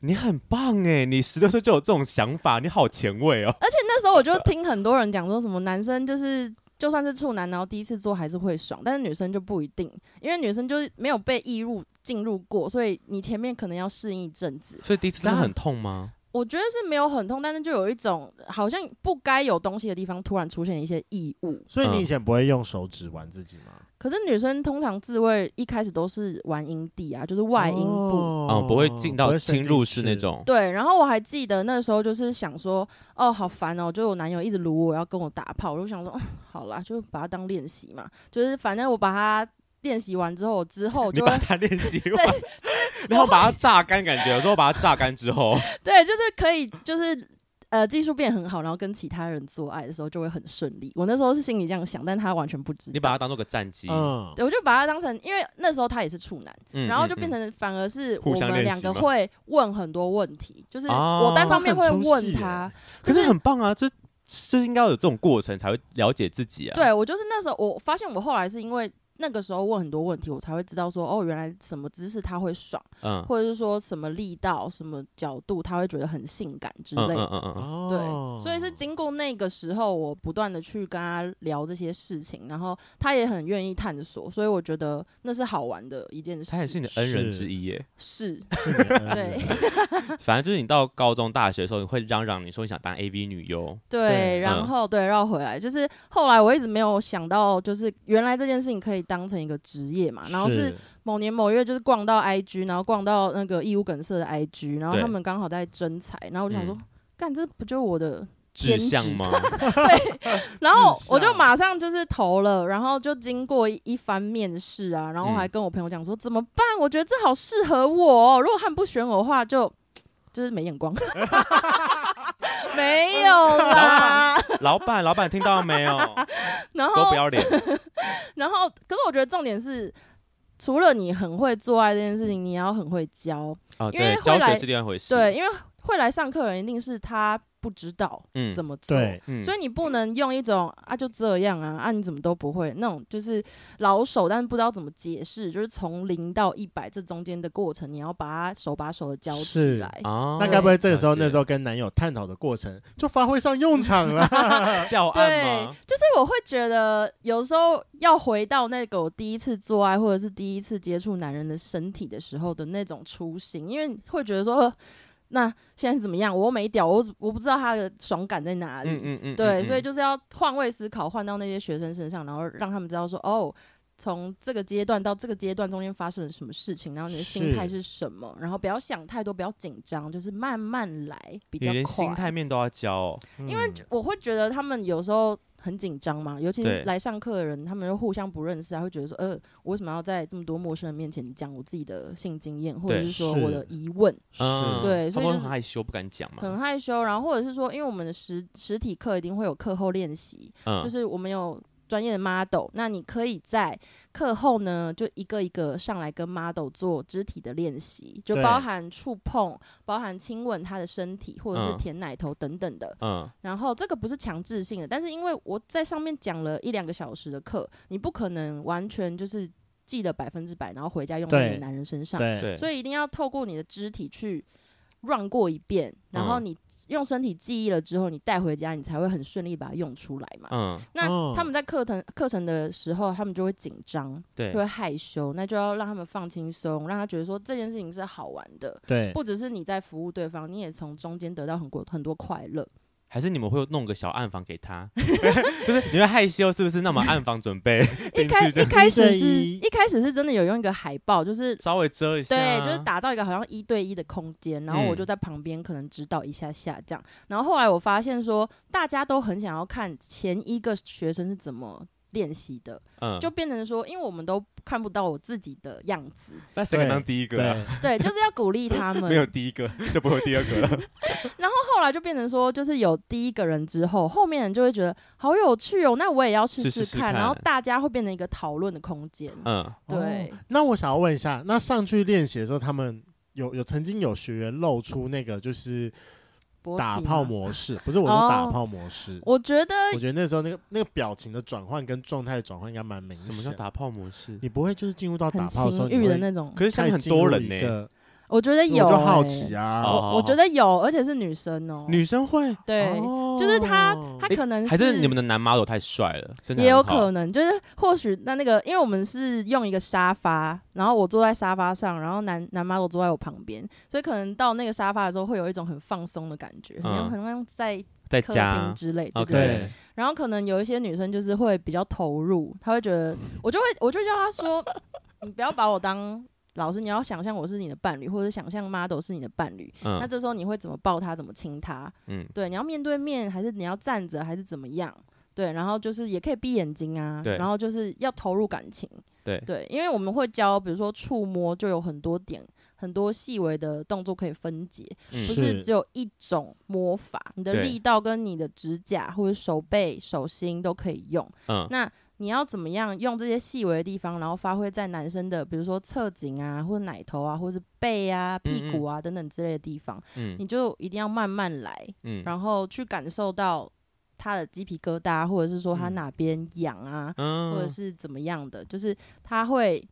Speaker 1: 你很棒哎，你十六岁就有这种想法，你好前卫哦。
Speaker 3: 而且那时候我就听很多人讲说什么男生就是。就算是处男，然后第一次做还是会爽，但是女生就不一定，因为女生就是没有被异入进入过，所以你前面可能要适应一阵子。
Speaker 1: 所以第一次真的
Speaker 2: 那
Speaker 1: 很痛吗？
Speaker 3: 我觉得是没有很痛，但是就有一种好像不该有东西的地方突然出现一些异物。
Speaker 2: 所以
Speaker 1: 嗯
Speaker 2: 你以前不会用手指玩自己吗？
Speaker 3: 可是女生通常自慰一开始都是玩阴蒂啊，就是外阴部。
Speaker 2: 哦
Speaker 1: 嗯，不会进到侵入式那。
Speaker 2: 不会伸进去
Speaker 1: 种。
Speaker 3: 对，然后我还记得那时候就是想说，哦，好烦哦，就我男友一直撸我要跟我打炮，我就想说， 哦好啦，就把它当练习嘛，就是反正我把它练习完之后，我之 后
Speaker 1: 你
Speaker 3: 就会
Speaker 1: 把它练习完， 然后把它榨干，感觉有时候把它榨干之后，
Speaker 3: 对，就是可以，就是呃技术变很好，然后跟其他人做爱的时候就会很顺利。我那时候是心里这样想，但他完全不知道。
Speaker 1: 你把它当做个战机，
Speaker 2: 嗯，
Speaker 3: 对，我就把他当成，因为那时候他也是处男，
Speaker 1: 嗯
Speaker 3: 然后
Speaker 1: 嗯
Speaker 3: 就变
Speaker 1: 嗯
Speaker 3: 成反而是
Speaker 1: 互
Speaker 3: 我
Speaker 1: 相
Speaker 3: 们
Speaker 1: 练
Speaker 3: 两
Speaker 1: 习
Speaker 3: 个
Speaker 1: 嘛
Speaker 3: 会问很多问题，就是
Speaker 1: 哦
Speaker 3: 我单方面
Speaker 2: 那
Speaker 3: 会
Speaker 2: 很出戏
Speaker 3: 问
Speaker 2: 耶
Speaker 3: 他，
Speaker 1: 可
Speaker 3: 就是
Speaker 1: 很棒啊，这这应该要有这种过程才会了解自己啊。，
Speaker 3: 对我就是那时候，我发现我后来是因为那个时候问很多问题，我才会知道说，哦，原来什么姿势他会爽，
Speaker 1: 嗯，
Speaker 3: 或者是说什么力道、什么角度他会觉得很性感之
Speaker 1: 嗯
Speaker 3: 类
Speaker 1: 嗯
Speaker 3: 的。
Speaker 1: 嗯嗯嗯，
Speaker 2: 哦
Speaker 3: 对，所以是经过那个时候，我不断的去跟他聊这些事情，然后他也很愿意探索，所以我觉得那是好玩的一件事。
Speaker 1: 他也是你的恩人
Speaker 2: 是
Speaker 1: 之一耶。
Speaker 3: 是，
Speaker 2: 是你的恩人
Speaker 3: 对
Speaker 1: 反正就是你到高中、大学的时候，你会嚷嚷你说你想当 AV 女优，
Speaker 2: 对
Speaker 3: 对，
Speaker 1: 嗯
Speaker 3: 然后对绕回来，就是后来我一直没有想到，就是原来这件事情可以当成一个职业嘛，然后是某年某月就是逛到 IG，然后逛到那个义乌梗社的 IG，然后
Speaker 1: 对
Speaker 3: 他们刚好在征才，然后我就想说
Speaker 1: 嗯，
Speaker 3: 干、这不就我的？
Speaker 1: 志
Speaker 3: 兼职
Speaker 1: 向吗？
Speaker 3: 然后
Speaker 2: 至上
Speaker 3: 我就马上就是投了，然后就经过一一番面试啊，然后
Speaker 1: 嗯
Speaker 3: 还跟我朋友讲说、怎么办？我觉得这好适合我哦、如果他们不选我的话就，就是没 眼光。没有啦，
Speaker 1: 老板，老板听到没 有？
Speaker 3: 然
Speaker 1: 都
Speaker 3: 后
Speaker 1: 不要脸，
Speaker 3: 然后，可是我觉得重点是，除了你很会做爱这件事情，你也要很会教。
Speaker 1: 哦，
Speaker 3: 因为
Speaker 1: 对，
Speaker 3: 会
Speaker 1: 教学
Speaker 3: 来
Speaker 1: 是另外一回事。
Speaker 3: 对，，因为会来上课的人一定是他不知道
Speaker 1: 嗯
Speaker 3: 怎么做，
Speaker 2: 对，
Speaker 1: 嗯
Speaker 3: 所以你不能用一种啊就这样啊啊你怎么都不会那种就是老手，但是不知道怎么解释，就是从零到一百这中间的过程，你要把它手把手的教
Speaker 2: 是
Speaker 3: 起来。
Speaker 1: 啊，
Speaker 2: 那该不会这个时候
Speaker 1: 了解
Speaker 2: 那时候跟男友探讨的过程就发挥上用场了？
Speaker 1: 教案
Speaker 3: 对
Speaker 1: 吗？，
Speaker 3: 就是我会觉得有时候要回到那个我第一次做爱，或者是第一次接触男人的身体的时候的那种初心，因为会觉得说，呃、那现在是怎么样？我又没屌，我我不知道他的爽感在哪里。
Speaker 1: 嗯嗯嗯，
Speaker 3: 对，
Speaker 1: 嗯
Speaker 3: 所以
Speaker 1: 嗯
Speaker 3: 就是要换位思考，换到那些学生身上，然后让他们知道说，哦，从这个阶段到这个阶段中间发生了什么事情，然后你的心态
Speaker 2: 是
Speaker 3: 是什么，然后不要想太多，不要紧张，就是慢慢来，比
Speaker 1: 你
Speaker 3: 较
Speaker 1: 连心
Speaker 3: 快。
Speaker 1: 态面都要教哦。
Speaker 2: 因为
Speaker 3: 我会觉得他们有时候很紧张嘛，尤其
Speaker 1: 对
Speaker 3: 是来上课的人，他们又互相不认识啊，会觉得说，呃，我为什么要在这么多陌生人面前讲我自己的性经验，或者
Speaker 1: 对
Speaker 3: 是说
Speaker 2: 是
Speaker 3: 我的疑问，
Speaker 1: 嗯，
Speaker 3: 对
Speaker 1: 他
Speaker 3: 所以
Speaker 1: 们很
Speaker 3: 就是
Speaker 1: 害羞，不敢讲嘛。
Speaker 3: 很害羞，然后或者是说，因为我们的实实体课一定会有课后练习，
Speaker 1: 嗯，
Speaker 3: 就是我们有。专业的 model，那你可以在课后呢，就一个一个上来跟 model 做肢体的练习，就
Speaker 2: 对
Speaker 3: 包含触碰、包含亲吻他的身体，或者是
Speaker 1: 嗯
Speaker 3: 舔奶头等等的。
Speaker 1: 嗯，
Speaker 3: 然后这个不是强制性的，但是因为我在上面讲了一两个小时的课，你不可能完全就是记得百分之百，然后回家用在
Speaker 2: 对
Speaker 3: 你的男人身上，
Speaker 2: 对
Speaker 1: 对，
Speaker 3: 所以一定要透过你的肢体去 run 过一遍，然后
Speaker 2: 嗯
Speaker 3: 你用身体记忆了之后，你带回家，你才会很顺利把它用出来嘛。
Speaker 1: 嗯，
Speaker 3: 那
Speaker 2: 哦
Speaker 3: 他们在课程课程的时候，他们就会紧张，
Speaker 1: 对，
Speaker 3: 会害羞，那就要让他们放轻松，让他觉得说这件事情是好玩的，
Speaker 2: 对，
Speaker 3: 不只是你在服务对方，你也从中间得到很多很多快乐。
Speaker 1: 还是你们会弄个小暗房给 他，就是你会害羞是不是？那么暗房准备
Speaker 3: 一
Speaker 1: 进
Speaker 3: 开
Speaker 1: 去这
Speaker 3: 一
Speaker 1: 样
Speaker 3: 开始
Speaker 2: 一对
Speaker 3: 是
Speaker 2: 一
Speaker 3: 一开始是真的有用一个海报，就是
Speaker 1: 稍微遮一下
Speaker 3: 对
Speaker 1: 啊，，
Speaker 3: 就是打造一个好像一对一的空间，然后
Speaker 1: 嗯
Speaker 3: 我就在旁边可能指导一下下这样。然后后来我发现说，大家都很想要看前一个学生是怎么。练习的
Speaker 1: 嗯，
Speaker 3: 就变成说，因为我们都看不到我自己的样子，
Speaker 1: 那谁敢当第一个啊？
Speaker 2: 对，
Speaker 3: 对，就是要鼓励他们。
Speaker 1: 没有第一个就不会有第二个 了。
Speaker 3: 后来就变成说，就是有第一个人之后，后面人就会觉得好有趣哦，那我也要试
Speaker 1: 是
Speaker 3: 试
Speaker 1: 试试
Speaker 3: 看，然后
Speaker 1: 看
Speaker 3: 大家会变成一个讨论的空间。
Speaker 2: 啊
Speaker 1: 嗯，
Speaker 3: 对
Speaker 2: 哦那我想要问一下，那上去练习的时候，他们有有曾经有学员露出那个就是
Speaker 3: 勃
Speaker 2: 打
Speaker 3: 起
Speaker 2: 炮
Speaker 3: 吗
Speaker 2: 模 式，不是我说打
Speaker 3: 哦
Speaker 2: 炮模式，
Speaker 3: 我觉得
Speaker 2: 我觉得那时候那个那个表情的转换跟状态的转换应该蛮明
Speaker 1: 什
Speaker 2: 显。
Speaker 1: 么叫？打炮模式？
Speaker 2: 你不会就是进入到打
Speaker 3: 很
Speaker 2: 炮的时候，
Speaker 3: 情
Speaker 2: 你
Speaker 3: 欲的
Speaker 2: 会
Speaker 3: 那种。
Speaker 1: 可是下面
Speaker 2: 太
Speaker 1: 很
Speaker 2: 进入
Speaker 1: 多人
Speaker 2: 一
Speaker 3: 哦
Speaker 1: 呢，
Speaker 2: 个
Speaker 3: 我觉得
Speaker 2: 我
Speaker 3: 有、
Speaker 2: 就
Speaker 3: 欸，
Speaker 2: 好奇啊，
Speaker 1: 哦
Speaker 3: 我我觉得有，而且是女生哦、
Speaker 1: 女生会
Speaker 3: 对，
Speaker 2: 哦
Speaker 3: 哎就是他，他可能
Speaker 1: 还是你们的男 model 太帅了，身材
Speaker 3: 也有
Speaker 1: 很好
Speaker 3: 可能，就是或许那那个，因为我们是用一个沙发，然后我坐在沙发上，然后男男 model 坐在我旁边，所以可能到那个沙发的时候会有一种很放松的感觉，很像
Speaker 1: 嗯
Speaker 3: 很像在
Speaker 1: 在
Speaker 3: 客
Speaker 1: 家
Speaker 3: 厅。之类，对
Speaker 1: OK，
Speaker 3: 对对。
Speaker 2: 对
Speaker 3: 然后可能有一些女生就是会比较投入，她会觉得，我就会我就叫她说，你不要把我当老师，你要想象我是你的伴侣，或者想象 model 是你的伴侣。那
Speaker 1: 嗯
Speaker 3: 这时候你会怎么抱他，怎么亲他？
Speaker 1: 嗯，
Speaker 3: 对，你要面对面，还是你要站着，还是怎么样？对，然后就是也可以闭眼睛啊，
Speaker 1: 对
Speaker 3: 然后就是要投入感情，
Speaker 1: 对
Speaker 3: 对，因为我们会教，比如说触摸就有很多点很多细微的动作可以分解，
Speaker 1: 嗯
Speaker 3: 不
Speaker 2: 是
Speaker 3: 是只有一种魔法，你的
Speaker 1: 对
Speaker 3: 力道跟你的指甲或者手背、手心都可以用。
Speaker 1: 嗯
Speaker 3: 那你要怎么样用这些细微的地方，然后发挥在男生的，比如说侧颈啊，或者奶头啊，或者是背啊、屁股啊等等之类的地方，
Speaker 1: 嗯
Speaker 3: 你就一定要慢慢来，
Speaker 1: 嗯
Speaker 3: 然后去感受到他的鸡皮疙瘩，或者是说他
Speaker 1: 嗯
Speaker 3: 哪边痒啊，
Speaker 1: 嗯
Speaker 3: 或者是怎么样的，就是他会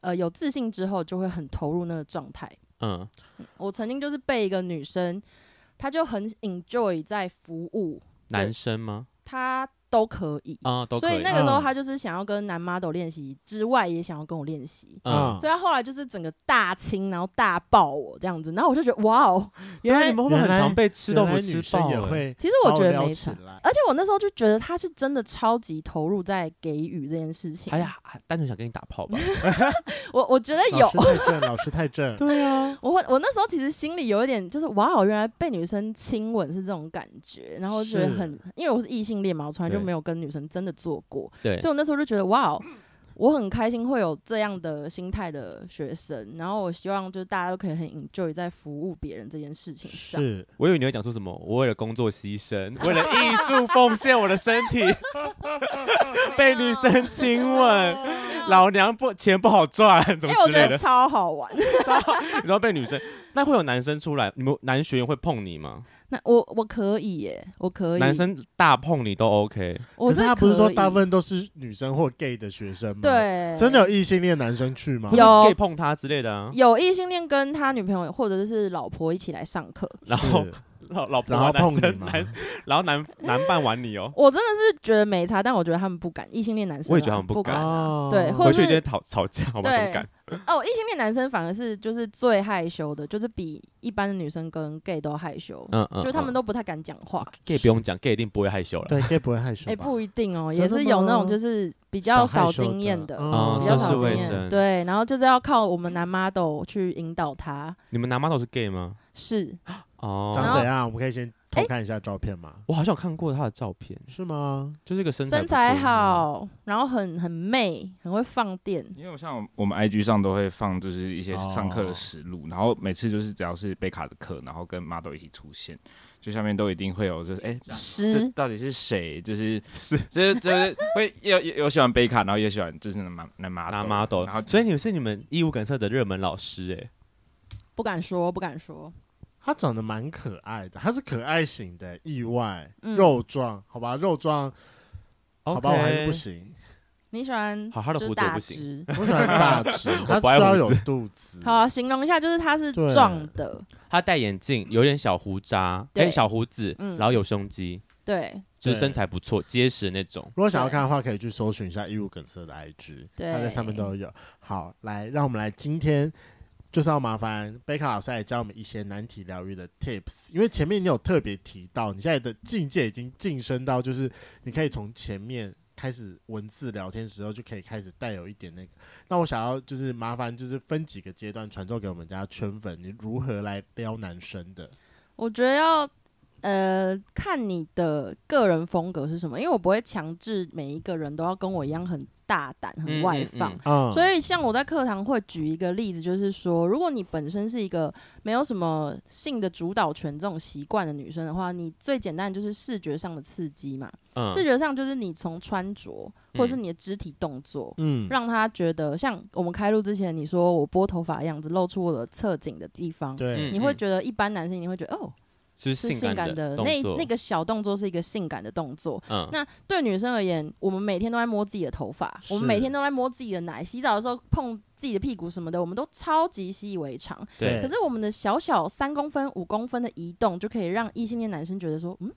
Speaker 3: 呃有自信之后就会很投入那个状态。
Speaker 1: 嗯
Speaker 3: 我曾经就是被一个女生，她就很 enjoy 在服务，
Speaker 1: 男生吗？
Speaker 3: 她都可以。
Speaker 1: 啊，都
Speaker 3: 所
Speaker 1: 可
Speaker 3: 以
Speaker 1: 以
Speaker 3: 那个时候，
Speaker 2: 嗯
Speaker 3: 她就是想要跟男 model 练习之外，也想要跟我练习。
Speaker 1: 嗯，
Speaker 2: 啊，
Speaker 3: 所以她后来就是整个大亲，然后大抱我这样子，然后我就觉得哇哦，
Speaker 1: 对
Speaker 3: 原
Speaker 1: 啊
Speaker 3: 来
Speaker 1: 你们会不会很
Speaker 2: 原来
Speaker 1: 常被吃豆
Speaker 2: 原
Speaker 1: 腐
Speaker 2: 来
Speaker 1: 吃
Speaker 2: 女生
Speaker 1: 爆
Speaker 2: 也
Speaker 1: 欸？
Speaker 2: 会
Speaker 3: 其实
Speaker 2: 把
Speaker 3: 我
Speaker 2: 我
Speaker 3: 觉得
Speaker 2: 撩
Speaker 3: 没
Speaker 2: 起
Speaker 3: 差，
Speaker 2: 来。
Speaker 3: 而且我那时候就觉得她是真的超级投入在给予这件事情
Speaker 1: 哎。呀，单纯想跟你打 炮吧？
Speaker 3: 我我觉得有
Speaker 2: 老，师太正，老师太正。
Speaker 1: 对啊，
Speaker 3: 我会，我那时候其实心里有一点，就是哇哦，原来被女生亲吻是这种感觉，然后觉得
Speaker 2: 是
Speaker 3: 很，因为我是异性恋嘛，我从来就
Speaker 1: 对
Speaker 3: 没有跟女生真的做过，
Speaker 1: 对
Speaker 3: 所以我那时候就觉得哇哦，我很开心会有这样的心态的学生，然后我希望就是大家都可以很 enjoy 在服务别人这件事情上。
Speaker 2: 是，
Speaker 1: 我以为你会讲出什么，我为了工作牺牲，为了艺术奉献我的身 体， 被女生亲吻， 老娘不钱不好赚，怎
Speaker 3: 因
Speaker 1: 么
Speaker 3: 哎为我
Speaker 1: 之
Speaker 3: 觉
Speaker 1: 类
Speaker 3: 得
Speaker 1: 的。
Speaker 3: 超好玩，
Speaker 1: 你知道被女生，那会有男生出来，你们男学员会碰你吗？
Speaker 3: 那我我可以耶，我可以。
Speaker 1: 男，生大碰你都 OK，
Speaker 3: 我
Speaker 2: 可是他不是说
Speaker 3: 可以
Speaker 2: 大部分都是女生或 gay 的学生吗？，
Speaker 3: 嗯对，
Speaker 2: 真的有异性恋男生去吗？
Speaker 3: 有
Speaker 1: 可以碰他之类的啊。
Speaker 3: 有异性恋跟他女朋友或者是老婆一起来上课，
Speaker 1: 然
Speaker 2: 是
Speaker 1: 后老老婆
Speaker 2: 然后
Speaker 1: 男
Speaker 2: 碰你
Speaker 1: 生
Speaker 2: 吗？
Speaker 1: 男，然后男男伴玩你哦，
Speaker 3: 我真的是觉得没差，但我觉得他们不敢，异性恋男生啊
Speaker 1: 我也觉得他们不
Speaker 3: 不
Speaker 1: 敢
Speaker 3: 啊
Speaker 2: 哦
Speaker 3: 对或
Speaker 1: 回
Speaker 3: 者
Speaker 1: 去一
Speaker 3: 是
Speaker 1: 定吵吵架，好吧？怎么
Speaker 3: 对
Speaker 1: 敢？
Speaker 3: 哦，异性恋男生反而是就是最害羞的，就是比一般的女生跟 gay 都害羞，
Speaker 1: 嗯嗯，
Speaker 3: 就他们
Speaker 1: 都
Speaker 3: 都不太敢讲话。
Speaker 1: gay 不用讲，gay 一定不会害羞了。
Speaker 2: 对 gay 不会害羞
Speaker 3: 哎、
Speaker 2: 吧？
Speaker 3: 不一定哦，
Speaker 2: 真
Speaker 3: 也
Speaker 2: 的
Speaker 3: 是有那种
Speaker 2: 吗
Speaker 3: 就是比较
Speaker 2: 小害
Speaker 3: 少
Speaker 2: 羞
Speaker 3: 经验
Speaker 2: 的
Speaker 3: 的，
Speaker 2: 哦
Speaker 3: 比较
Speaker 1: 涉世
Speaker 3: 少
Speaker 1: 未
Speaker 3: 经
Speaker 1: 深
Speaker 3: 验。对，然后就是要靠我们男 model 去引导他。
Speaker 1: 你们男妈都是 gay 吗？
Speaker 3: 是，
Speaker 1: 哦，
Speaker 2: 长
Speaker 3: 然后哎
Speaker 2: 怎样？我们可以先偷看一下照片吗？
Speaker 1: 我好像有看过他的照片，
Speaker 2: 是吗？
Speaker 1: 就是一个身材
Speaker 3: 身
Speaker 1: 不错
Speaker 3: 材
Speaker 1: 的
Speaker 3: 好，然后很很媚，很会放电。
Speaker 4: 因为我像我们 IG 上都会放就是一些上课的实录，然后每次就是只要是贝卡的课，然后跟 model 一起出现，就下面都一定会有就是哎。这
Speaker 3: 十，
Speaker 4: 到底是谁？就是
Speaker 1: 是
Speaker 4: 就是就是会有有有喜欢贝卡，然后也喜欢就是男男 model，
Speaker 1: 男 model，
Speaker 4: 然后
Speaker 1: 所以你们是你们义务感社的热门老师哎、
Speaker 3: 不敢说，不敢说。
Speaker 2: 他长得蛮可爱的，他是可爱型的，意外、
Speaker 3: 嗯
Speaker 2: 肉壮，好吧，肉壮，
Speaker 1: o
Speaker 2: 好吧，我还是不。行，
Speaker 3: 你喜欢
Speaker 1: 好他的
Speaker 3: 就是
Speaker 1: 胡子我
Speaker 3: 大
Speaker 1: 不行
Speaker 3: 只
Speaker 2: 我喜欢大只， 他
Speaker 1: 不爱
Speaker 2: 需要
Speaker 1: 胡
Speaker 2: 有
Speaker 1: 子
Speaker 2: 肚子。
Speaker 3: 好，形容一下，就是他是
Speaker 2: 对
Speaker 3: 壮的，
Speaker 1: 他戴眼镜，有点小胡渣，
Speaker 3: 对
Speaker 1: 哎、小胡子，
Speaker 3: 嗯
Speaker 1: 然后有胸肌，
Speaker 3: 对
Speaker 1: 就是
Speaker 2: 对
Speaker 1: 身材不错，结实那种。
Speaker 2: 如果想要看的话，可以去搜寻一下义务梗塞的 IG，
Speaker 3: 对
Speaker 2: 他在上面都有。好，来，让我们来今天。就是要麻烦贝卡老师来教我们一些难题疗愈的 tips，因为前面你有特别提到，你现在的境界已经晋升到，就是你可以从前面开始文字聊天时候就可以开始带有一点那个。那我想要就是麻烦就是分几个阶段传授给我们家圈粉，你如何来撩男生的？
Speaker 3: 我觉得要呃看你的个人风格是什么，因为我不会强制每一个人都要跟我一样很大胆、很
Speaker 1: 嗯
Speaker 3: 外
Speaker 1: 嗯
Speaker 3: 放。
Speaker 1: 嗯
Speaker 2: 嗯，
Speaker 3: 啊所以，像我在课堂会举一个例子，就是说，如果你本身是一个没有什么性的主导权这种习惯的女生的话，你最简单就是视觉上的刺激嘛。
Speaker 1: 嗯
Speaker 3: 视觉上就是你从穿着或者是
Speaker 1: 嗯
Speaker 3: 你的肢体动作，
Speaker 2: 嗯，
Speaker 3: 让他觉得像我们开录之前你说我拨头发的样子，露出我的侧颈的地方，
Speaker 2: 对
Speaker 1: 嗯
Speaker 3: 你会觉得一般男生你会觉得哦，
Speaker 1: 就是
Speaker 3: 是性
Speaker 1: 性
Speaker 3: 感
Speaker 1: 的
Speaker 3: 的
Speaker 1: 动
Speaker 3: 那
Speaker 1: 作
Speaker 3: 那个小动作是一个性感的动作。
Speaker 1: 嗯
Speaker 3: 那对女生而言，我们每天都在摸自己的头发，
Speaker 2: 是
Speaker 3: 我们每天都在摸自己的奶，洗澡的时候碰自己的屁股什么的，我们都超级习以为常。
Speaker 1: 对
Speaker 3: 可是我们的小小三公分、五公分的移动，就可以让异性恋男生觉得说，嗯，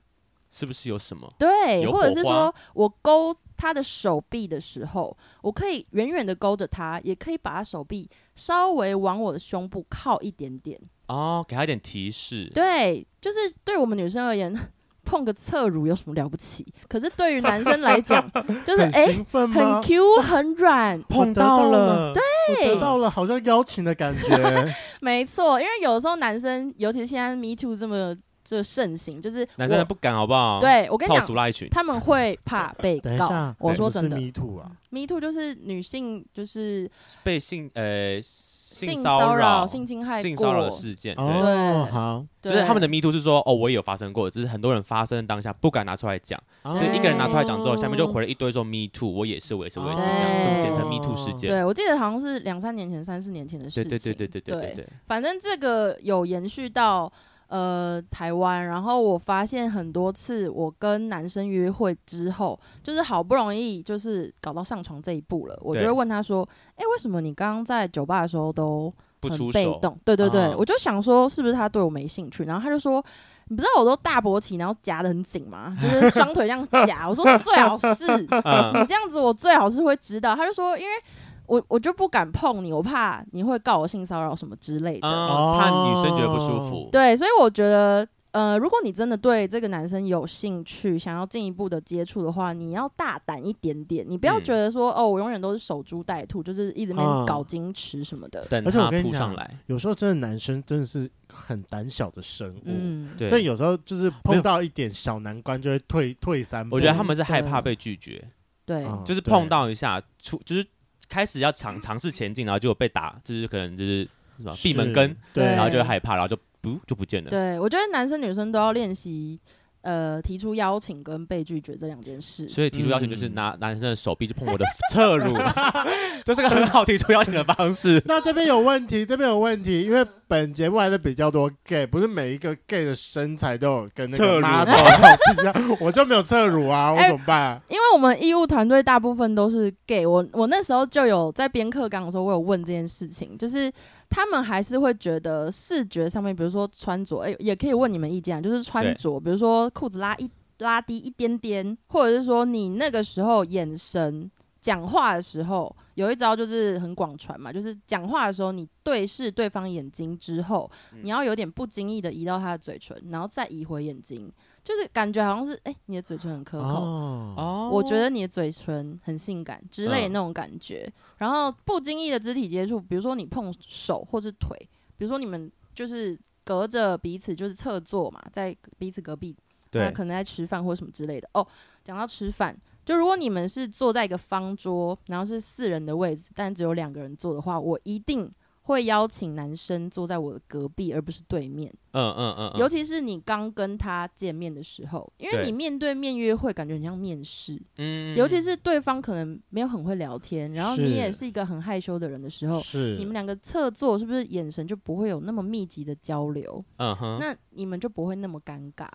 Speaker 1: 是不是有什么？
Speaker 3: 对，
Speaker 1: 有
Speaker 3: 或者
Speaker 1: 火
Speaker 3: 是
Speaker 1: 花
Speaker 3: 说我勾他的手臂的时候，我可以远远的勾着他，也可以把他手臂稍微往我的胸部靠一点点。
Speaker 1: 哦，给他一点提示。
Speaker 3: 对，就是对我们女生而言，碰个侧乳有什么了不起？可是对于男生来 讲，就是
Speaker 2: 很
Speaker 3: 哎、
Speaker 2: 兴奋吗？
Speaker 3: 很 Q 很软，
Speaker 2: 我
Speaker 1: 碰
Speaker 2: 得到
Speaker 1: 到
Speaker 2: 了
Speaker 1: 了，对，
Speaker 2: 我得到了，好像邀请的感 觉。
Speaker 3: 没错。因为有的时候男生，尤其是现在 Me Too 这么这盛行，就是
Speaker 1: 男生还
Speaker 3: 我
Speaker 1: 不敢好不好？，
Speaker 3: 对我跟你
Speaker 1: 操俗
Speaker 3: 讲。
Speaker 1: 拉一群。
Speaker 3: 他们会怕被
Speaker 2: 等一
Speaker 3: 告
Speaker 2: 下，，
Speaker 3: 我说
Speaker 2: 什么
Speaker 3: 真的
Speaker 2: 是 Me Too 啊，
Speaker 3: ，Me Too 就是女性就是
Speaker 1: 被性呃性
Speaker 3: 骚
Speaker 1: 扰、
Speaker 3: 性侵害、
Speaker 1: 性骚扰的，事件，对，
Speaker 2: 哦，
Speaker 3: 对
Speaker 2: 好，
Speaker 1: 就是他们的 me too 是说，哦，我也有发生过，只是很多人发生的当下不敢拿出来讲，
Speaker 2: 所
Speaker 1: 所以一个人拿出来讲之后，下面
Speaker 2: 哦
Speaker 1: 就回了一堆说 me too，我也是，我也是，我也是这样，所以我们简称 me too 事
Speaker 3: 对。
Speaker 1: 件。
Speaker 3: 对，我记得好像是两三年前、三四年前的事
Speaker 1: 对
Speaker 3: 情。
Speaker 1: 对对对对对对对，
Speaker 3: 反正这个有延续到呃台湾，然后我发现很多次我跟男生约会之后，就是好不容易就是搞到上床这一步了，我就
Speaker 1: 对
Speaker 3: 会问他说：“哎、为什么你刚刚在酒吧的时候都
Speaker 1: 不
Speaker 3: 很
Speaker 1: 出
Speaker 3: 被
Speaker 1: 手，
Speaker 3: 动？”对对对，
Speaker 1: 啊
Speaker 3: 我就想说是不是他对我没兴趣，然后他就说。你不知道我都大勃起，然后夹得很紧嘛，就是双腿这样夹。我说最好是，
Speaker 1: 嗯
Speaker 3: 你这样子我最好是会知道。他就说，因为我我就不敢碰你，我怕你会告我性骚扰什么之类的。
Speaker 1: 嗯，
Speaker 2: 哦
Speaker 1: 怕女生觉得不舒服。
Speaker 3: 对，所以我觉得，呃，如果你真的对这个男生有兴趣，想要进一步的接触的话，你要大胆一点点，你不要
Speaker 1: 嗯
Speaker 3: 觉得说，哦，我永远都是守株待兔，就是一直在那
Speaker 2: 嗯
Speaker 3: 边搞矜持什么的。
Speaker 1: 等
Speaker 2: 而且我
Speaker 1: 他
Speaker 2: 跟你
Speaker 1: 扑
Speaker 2: 讲
Speaker 1: 上来，
Speaker 2: 有时候真的男生真的是很胆小的生物，
Speaker 3: 嗯，
Speaker 1: 对，
Speaker 2: 这有时候就是
Speaker 1: 没
Speaker 2: 碰
Speaker 1: 有
Speaker 2: 到一点小难关就会退退三步。
Speaker 1: 我觉得他们是害
Speaker 3: 对
Speaker 1: 怕被拒绝，
Speaker 3: 对，
Speaker 2: 嗯
Speaker 1: 就是碰到一下出，就是开始要尝尝试前进，然后就被打，就是可能就是什么
Speaker 2: 对
Speaker 1: 闭门羹
Speaker 2: 是，对，
Speaker 1: 然后就会
Speaker 3: 对
Speaker 1: 害怕，然后就不就不见了。
Speaker 3: 对我觉得男生女生都要练习，呃，提出邀请跟被拒绝这两件事。
Speaker 1: 所以提出邀请就是
Speaker 2: 嗯
Speaker 1: 拿拿男生的手臂就碰我的侧乳， 这是个很好提出邀请的方式。
Speaker 2: 那这边有问题，这边有问题，因为本节目还是比较多 gay，不是每一个 gay 的身材都有跟那
Speaker 1: 侧
Speaker 2: 个
Speaker 1: 乳
Speaker 2: model 是一样，我就没有侧乳啊，我
Speaker 3: 哎
Speaker 2: 怎么办啊？
Speaker 3: 因为我们义务团队大部分都是 gay，我我那时候就有在编课纲的时候，我有问这件事情，就是他们还是会觉得视觉上面，比如说穿着，哎、也可以问你们意见啊，就是穿着，比如说裤子拉一拉低一点点，或者是说你那个时候眼神讲话的时候，有一招就是很广传嘛，就是讲话的时候你对视对方眼睛之后，你要有点不经意的移到他的嘴唇，然后再移回眼睛，就是感觉好像是哎、你的嘴唇很可口。
Speaker 2: 哦，
Speaker 1: 哦
Speaker 3: 我觉得你的嘴唇很性感之类的那种感觉，然后不经意的肢体接触，比如说你碰手或是腿，比如说你们就是隔着彼此就是侧坐嘛，在彼此隔壁，那
Speaker 1: 对
Speaker 3: 可能在吃饭或什么之类的。哦，讲到吃饭，就如果你们是坐在一个方桌，然后是四人的位置，但只有两个人坐的话，我一定会邀请男生坐在我的隔壁，而不是对面。
Speaker 1: 嗯嗯嗯，嗯
Speaker 3: 尤其是你刚跟他见面的时候，因为
Speaker 1: 对
Speaker 3: 你面对面约会，感觉很像面试。
Speaker 1: 嗯
Speaker 3: 尤其是对方可能没有很会聊天，然后
Speaker 2: 是
Speaker 3: 你也是一个很害羞的人的时候，
Speaker 2: 是
Speaker 3: 你们两个侧坐是不是眼神就不会有那么密集的交流？
Speaker 1: 嗯哼
Speaker 3: 那你们就不会那么尴尬。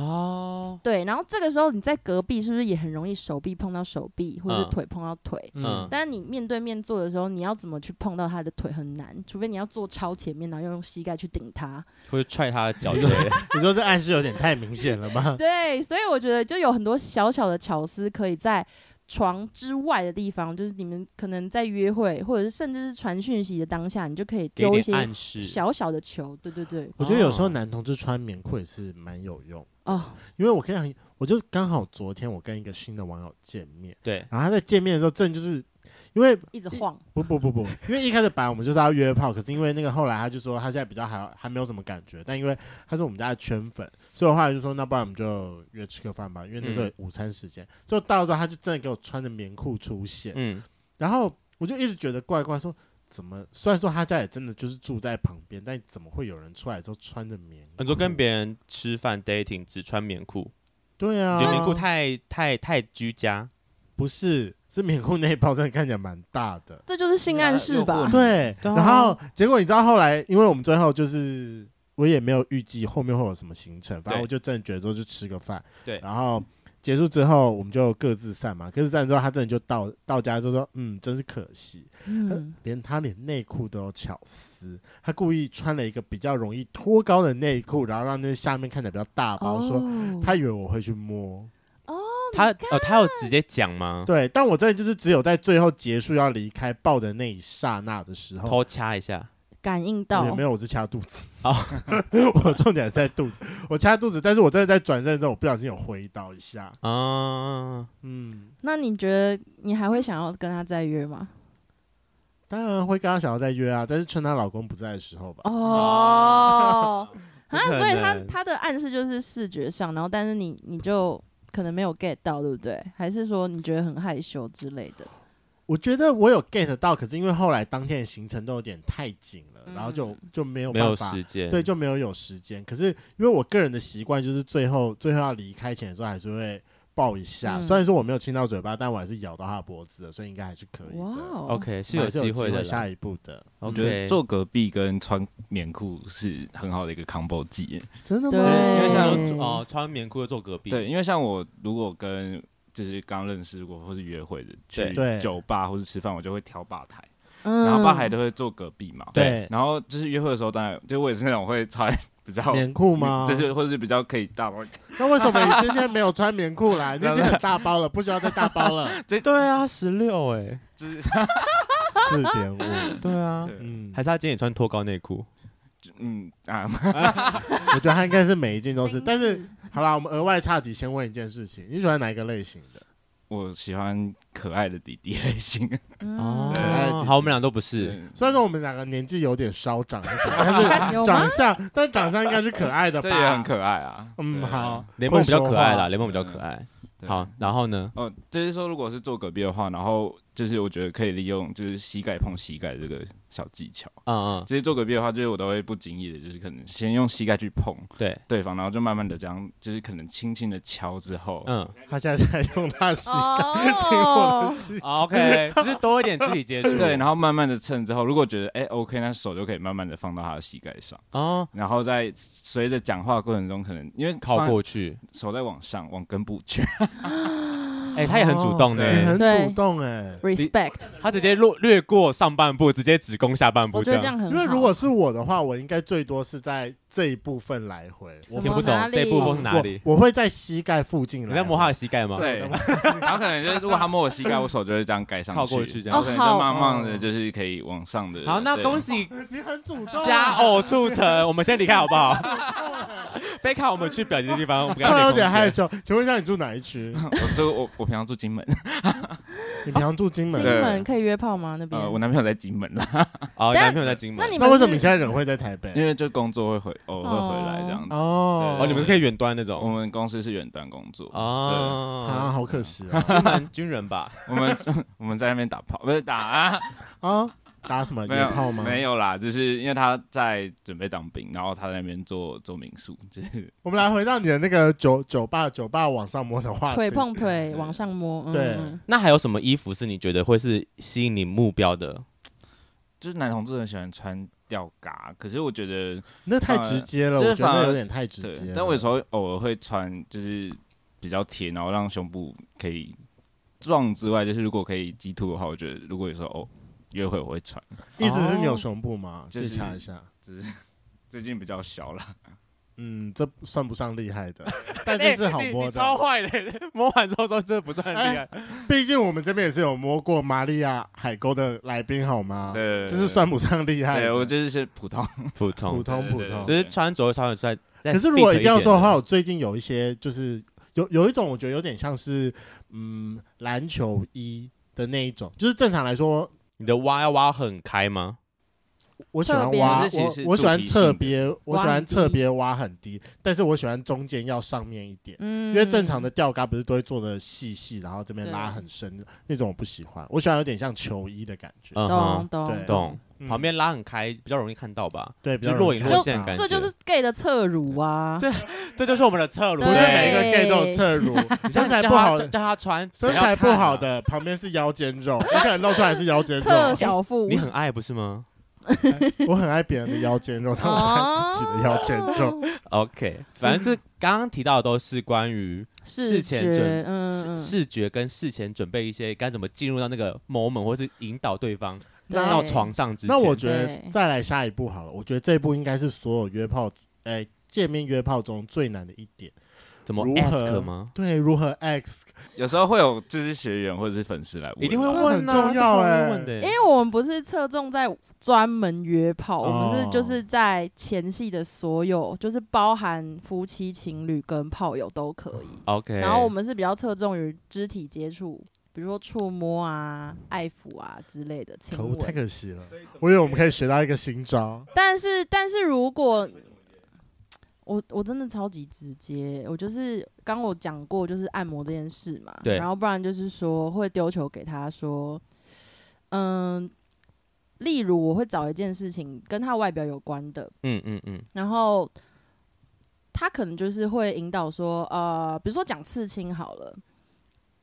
Speaker 1: 哦
Speaker 3: 对，然后这个时候你在隔壁是不是也很容易手臂碰到手臂，或者
Speaker 1: 嗯
Speaker 3: 是腿碰到腿？
Speaker 1: 嗯
Speaker 3: 但你面对面坐的时候，你要怎么去碰到他的腿很难，除非你要坐超前面，然后用膝盖去顶他。
Speaker 1: 会踹他的脚之类的。
Speaker 2: 你说这暗示有点太明显了吗？
Speaker 3: 对，所以我觉得就有很多小小的巧思，可以在床之外的地方，就是你们可能在约会，或者是甚至是传讯息的当下，你就可以
Speaker 1: 给
Speaker 3: 丢一些
Speaker 1: 点暗示，
Speaker 3: 小小的球。对对对，
Speaker 2: 我觉得有时候男同志穿棉裤也是蛮有用，
Speaker 3: 哦，
Speaker 2: 因为我跟你讲，我就刚好昨天我跟一个新的网友见面，
Speaker 1: 对，
Speaker 2: 然后他在见面的时候，正就是因为
Speaker 3: 一直晃，
Speaker 2: 不不不不， 因为一开始本来我们就是要约炮，可是因为那个后来他就说他现在比较还还没有什么感觉，但因为他是我们家的圈粉，所以我后来就说那不然我们就约吃个饭吧，因为那时候有午餐时间，就到时候他就真的给我穿着棉裤出现，
Speaker 1: 嗯
Speaker 2: 然后我就一直觉得怪怪说。怎么？虽然说他家也真的就是住在旁边，但怎么会有人出来之后穿着棉裤？
Speaker 1: 你说跟别人吃饭 dating 只穿棉裤，
Speaker 2: 对
Speaker 3: 嗯
Speaker 2: 啊，
Speaker 1: 觉得棉裤太太太居家，
Speaker 2: 不是是棉裤那一包真的看起来蛮大的，
Speaker 3: 这就是性暗示
Speaker 4: 诱惑
Speaker 3: 吧
Speaker 4: 你？
Speaker 2: 对，
Speaker 1: 对啊
Speaker 2: 然后结果你知道后来，因为我们最后就是我也没有预计后面会有什么行程，反正
Speaker 1: 对
Speaker 2: 我就真的觉得说就吃个饭，
Speaker 1: 对
Speaker 2: 然后结束之后我们就各自散嘛，各自散之后他真的就到到家就说，嗯，真是可惜，
Speaker 3: 嗯，
Speaker 2: 连他连内裤都有巧思，他故意穿了一个比较容易脱高的内裤，然后让那下面看起来比较大包，
Speaker 3: 哦
Speaker 2: 说他以为我会去摸，
Speaker 3: Oh
Speaker 1: 他呃他有直接讲吗？
Speaker 2: 对，但我真的就是只有在最后结束要离开抱的那一刹那的时候，
Speaker 1: 偷掐一下，
Speaker 3: 感应
Speaker 2: 也
Speaker 3: 到
Speaker 2: 没有，我是掐肚子。
Speaker 1: 哦
Speaker 2: 我重点在肚子，我掐肚子，但是我真的在转身的时候，我不小心有挥到一下。
Speaker 1: 嗯，
Speaker 2: 嗯，
Speaker 3: 那你觉得你还会想要跟他再约吗？
Speaker 2: 当然会跟她想要再约啊，但是趁她老公不在的时候吧。
Speaker 3: 哦，
Speaker 1: 不
Speaker 3: 啊，
Speaker 1: 可
Speaker 3: 所以他
Speaker 1: 能
Speaker 3: 他的暗示就是视觉上，然后但是你你就可能没有 get 到，对不对？还是说你觉得很害羞之类的？
Speaker 2: 我觉得我有 get 到，可是因为后来当天的行程都有点太紧了，
Speaker 3: 嗯
Speaker 2: 然后就就没有
Speaker 1: 没
Speaker 2: 办
Speaker 1: 有
Speaker 2: 法
Speaker 1: 时间，
Speaker 2: 对，就没有有时间。可是因为我个人的习惯就是最后最后要离开前的时候，还是会抱一下。
Speaker 3: 嗯
Speaker 2: 虽然说我没有亲到嘴巴，但我还是咬到他的脖子的，所以应该还是可以
Speaker 3: 哇
Speaker 2: 的。
Speaker 3: 哦
Speaker 1: OK 是
Speaker 2: 还
Speaker 1: 有
Speaker 2: 是有
Speaker 1: 机会的啦
Speaker 2: 下一步的，
Speaker 4: 我觉得
Speaker 1: ，OK
Speaker 4: 做隔壁跟穿棉裤是很好的一个 combo 技耶。
Speaker 2: 真的
Speaker 3: 对
Speaker 1: 因为
Speaker 2: 吗？
Speaker 1: 像哦穿棉裤又坐隔壁，
Speaker 4: 对，因为像我如果跟就是刚认识过或是约会的去
Speaker 2: 对
Speaker 4: 酒吧或是吃饭，我就会挑吧台，
Speaker 3: 嗯
Speaker 4: 然后吧台都会坐隔壁嘛。
Speaker 2: 对
Speaker 4: 然后就是约会的时候，当然就我也是那种会穿 比较嗯
Speaker 2: 棉裤 吗？
Speaker 4: 就是或者是比较可以大包。
Speaker 2: 那为什么你今天没有穿棉 裤来？你已经很大包了，不需要再大包了。
Speaker 1: 对啊，十六哎，
Speaker 2: 四点五，
Speaker 1: 对啊，
Speaker 4: 对
Speaker 2: 嗯，
Speaker 1: 还是他今天也穿拖高内裤，
Speaker 4: 嗯啊，
Speaker 2: 我觉得他应该是每一件都 是。
Speaker 3: 精致
Speaker 2: 但是好啦，我们额外差题先问一件事情，你喜欢哪一个类型的？
Speaker 4: 我喜欢可爱的弟弟类型。
Speaker 3: 嗯
Speaker 2: 对
Speaker 1: 哦好，我们俩都不是，
Speaker 4: 对
Speaker 2: 虽然说我们两个年纪有点稍长一 点，但
Speaker 3: 有
Speaker 2: 是
Speaker 3: 吗哦
Speaker 2: 长相，但长相应该是可爱的吧？
Speaker 4: 这也很可爱啊。
Speaker 2: 嗯，
Speaker 4: 对
Speaker 2: 好。，
Speaker 1: 雷梦比较可爱
Speaker 2: 会说话
Speaker 1: 啦，雷梦比较可爱。
Speaker 4: 对
Speaker 1: 好，然后呢？
Speaker 4: 哦，就是说，如果是坐隔壁的话，然后就是我觉得可以利用就是膝盖碰膝盖这个小技巧。
Speaker 1: 嗯嗯，
Speaker 4: 就是坐隔壁的话，就是我都会不经意的，就是可能先用膝盖去碰
Speaker 1: 对，
Speaker 4: 对方，然后就慢慢的这样，就是可能轻轻的敲之后，
Speaker 1: 嗯
Speaker 2: 他现在在用他膝盖 听我
Speaker 3: 哦
Speaker 2: 的，膝，
Speaker 1: 啊，OK，就是 多一点肢体接触。
Speaker 4: 对，然后慢慢的蹭之后，如果觉得哎、OK，那手就可以慢慢的放到他的膝盖上，
Speaker 1: 哦，
Speaker 4: 然后在随着讲话过程中，可能因为
Speaker 1: 靠
Speaker 4: 放
Speaker 1: 过去，
Speaker 4: 手在往上往根部去，
Speaker 1: 哎，他也很主动呢，
Speaker 2: 你
Speaker 4: 哦
Speaker 2: 很
Speaker 3: 对
Speaker 2: 主动哎。
Speaker 3: respect，
Speaker 1: 他直接略略过上半部，直接只攻下半部，
Speaker 3: 我觉得这样很好。
Speaker 2: 因为如果是我的话，我应该最多是在这一部分来回，
Speaker 3: 什么
Speaker 1: 听不
Speaker 3: 哪
Speaker 1: 懂
Speaker 3: 里
Speaker 1: 这部分是哪里？
Speaker 2: 我我会在膝盖附近
Speaker 1: 你
Speaker 2: 来。
Speaker 1: 在摸他的膝盖吗？
Speaker 4: 对，然后可能就是如果他摸我膝盖，我手就会这样盖上去，
Speaker 1: 靠过去这
Speaker 4: 然
Speaker 1: 样
Speaker 4: 后可能就慢慢的就是可以往上的。
Speaker 1: 好，那
Speaker 4: 对
Speaker 1: 恭喜
Speaker 2: 你很主动啊，
Speaker 1: 佳偶促成，我们先离开好不 好？贝卡，我们去表弟的地方，我们给
Speaker 2: 突然
Speaker 1: 他
Speaker 2: 有点害
Speaker 1: 害
Speaker 2: 羞。请问一下，你住哪一区？
Speaker 4: 我住我我平常住金门，
Speaker 2: 你平常住金门
Speaker 3: 金
Speaker 4: 对？
Speaker 3: 门可以约炮吗？那边
Speaker 4: 呃，我男朋友在 金门啦，
Speaker 1: 哦，
Speaker 3: 但
Speaker 1: 男朋友在金门，
Speaker 3: 那你们
Speaker 2: 那为什么你
Speaker 3: 是
Speaker 2: 现在人会在台北？
Speaker 4: 因为就工作会回偶尔会回来这样子。
Speaker 2: 哦，
Speaker 1: 哦，你们是可以远端那
Speaker 4: 我
Speaker 1: 种
Speaker 4: 们公司是远端工作，
Speaker 2: 啊，
Speaker 1: 哦，
Speaker 2: 好可惜 啊！
Speaker 1: 金门军人吧？
Speaker 4: 我们 我们在那边打炮，不是打啊，
Speaker 2: 啊，打什么
Speaker 4: 没
Speaker 2: 野炮
Speaker 4: 有
Speaker 2: 吗？
Speaker 4: 没有啦，就是因为他在准备当兵，然后他在那边做做民宿， 就是
Speaker 2: 我们来回到你的那个酒酒吧酒吧往上摸的话题，
Speaker 3: 腿碰腿往上摸？嗯
Speaker 2: 对
Speaker 3: 嗯
Speaker 1: 那还有什么衣服是你觉得会是吸引你目标的？
Speaker 4: 就是男同志很喜欢穿吊嘎，可是我觉得
Speaker 2: 那太直接了，
Speaker 4: 啊反而
Speaker 2: 我觉得有点太直
Speaker 4: 对
Speaker 2: 接啊了。，
Speaker 4: 但我有时候偶尔会穿就是比较贴，然后让胸部可以撞之外，就是如果可以激突的话，我觉得如果有时候哦约会我会穿，
Speaker 2: 意思是你有胸部吗？
Speaker 4: 哦就
Speaker 2: 检
Speaker 4: 是
Speaker 2: 查一下。
Speaker 4: 只是最近比较小啦。
Speaker 2: 嗯，这算不上厉 害的，但是是好摸的。啊
Speaker 1: 坏的， 摸完之后说这不算
Speaker 2: 厉害， 毕竟我们这边也是有摸过玛利亚海沟的来宾，好吗？，
Speaker 4: 对，
Speaker 2: 啊这是算不上厉害
Speaker 4: 对
Speaker 2: 的。
Speaker 4: 我就是是普通，
Speaker 1: 普
Speaker 2: 普
Speaker 1: 通，
Speaker 2: 通
Speaker 4: 对
Speaker 2: 普
Speaker 4: 对对
Speaker 2: 通
Speaker 1: 只。是穿着稍微再再
Speaker 2: 可是如果
Speaker 1: fit
Speaker 2: 一定要说的话，
Speaker 1: 点
Speaker 2: 我最近有一些就是有有一种，我觉得有点像是嗯篮球衣的那一种，就是正常来说
Speaker 1: 你的挖要挖很开吗？
Speaker 2: 我喜欢
Speaker 3: 侧边
Speaker 2: 挖，
Speaker 4: 可是其实
Speaker 2: 我
Speaker 4: 是
Speaker 2: 我喜欢
Speaker 4: 主题性
Speaker 2: 侧
Speaker 4: 的
Speaker 2: 边，我喜
Speaker 3: 挖
Speaker 2: 欢
Speaker 3: 很低
Speaker 2: 侧边挖很低，但是我喜欢中间要上面一点，
Speaker 3: 嗯
Speaker 2: 因为正常的吊嘎不是都会做的细细，然后这边
Speaker 3: 对
Speaker 2: 拉很深那种，我不喜欢，我喜欢有点像球衣的感觉，
Speaker 1: 嗯
Speaker 3: 懂
Speaker 1: 哼，
Speaker 2: 对
Speaker 3: 懂
Speaker 1: 懂，
Speaker 2: 嗯
Speaker 1: 旁边拉很开，比较容易看到吧？
Speaker 2: 对比
Speaker 1: 就
Speaker 2: 较
Speaker 1: 若
Speaker 2: 容易
Speaker 1: 隐
Speaker 2: 看
Speaker 1: 若
Speaker 2: 到
Speaker 1: 现的感觉，
Speaker 3: 这就是 gay 的侧乳啊，
Speaker 1: 对这就是我们的侧乳，
Speaker 2: 不是
Speaker 3: 对
Speaker 2: 每一个 gay 都有侧乳，身材不
Speaker 1: 叫他
Speaker 2: 好的。
Speaker 1: 叫他穿，
Speaker 2: 身材
Speaker 1: 啊
Speaker 3: 啊
Speaker 2: 不好，的旁边是腰间肉，你可能露出来是腰间
Speaker 3: 侧
Speaker 2: 肉。
Speaker 3: 小腹哦
Speaker 1: 你很爱不是吗
Speaker 2: 我很爱别人的腰间肉，但我爱自己的腰间肉。
Speaker 3: 哦
Speaker 1: ？OK，反正
Speaker 3: 嗯
Speaker 1: 是刚刚提到的都是关于
Speaker 3: 视
Speaker 1: 视前准
Speaker 3: 觉，
Speaker 1: 视
Speaker 3: 嗯，嗯
Speaker 1: 视觉跟事前准备一些该怎么进入到那个 moment，或是引导对方
Speaker 3: 对
Speaker 1: 到床上之前。
Speaker 2: 那我觉得
Speaker 3: 对
Speaker 2: 再来下一步好了，我觉得这一步应该是所有约炮，哎、见面约炮中最难的一点。
Speaker 1: 怎么
Speaker 2: 如何
Speaker 1: ask 吗？
Speaker 2: 对，如何 X？
Speaker 4: 有时候会有就是学员或者是粉丝来问，
Speaker 1: 一定会
Speaker 2: 这
Speaker 1: 问
Speaker 2: 很
Speaker 1: 啊，
Speaker 2: 重要
Speaker 1: 这超容易
Speaker 2: 欸
Speaker 1: 问的
Speaker 3: 因为我们不是侧重在专门约炮，我们
Speaker 2: 哦
Speaker 3: 是就是在前戏的所有，就是包含夫妻、情侣跟炮友都可以。
Speaker 1: OK，
Speaker 3: 然后我们是比较侧重于肢体接触，比如说触摸啊、爱抚啊之类的亲
Speaker 2: 可恶，太
Speaker 3: 吻。
Speaker 2: 可惜了。我以为我们可以学到一个新招，
Speaker 3: 但是，但是如果我我真的超级直接，我就是刚我讲过，就是按摩这件事嘛，
Speaker 1: 对
Speaker 3: 然后不然就是说会丢球给他说，嗯、例如我会找一件事情跟他外表有关的，
Speaker 1: 嗯嗯嗯，
Speaker 3: 然后他可能就是会引导说，呃，比如说讲刺青好了，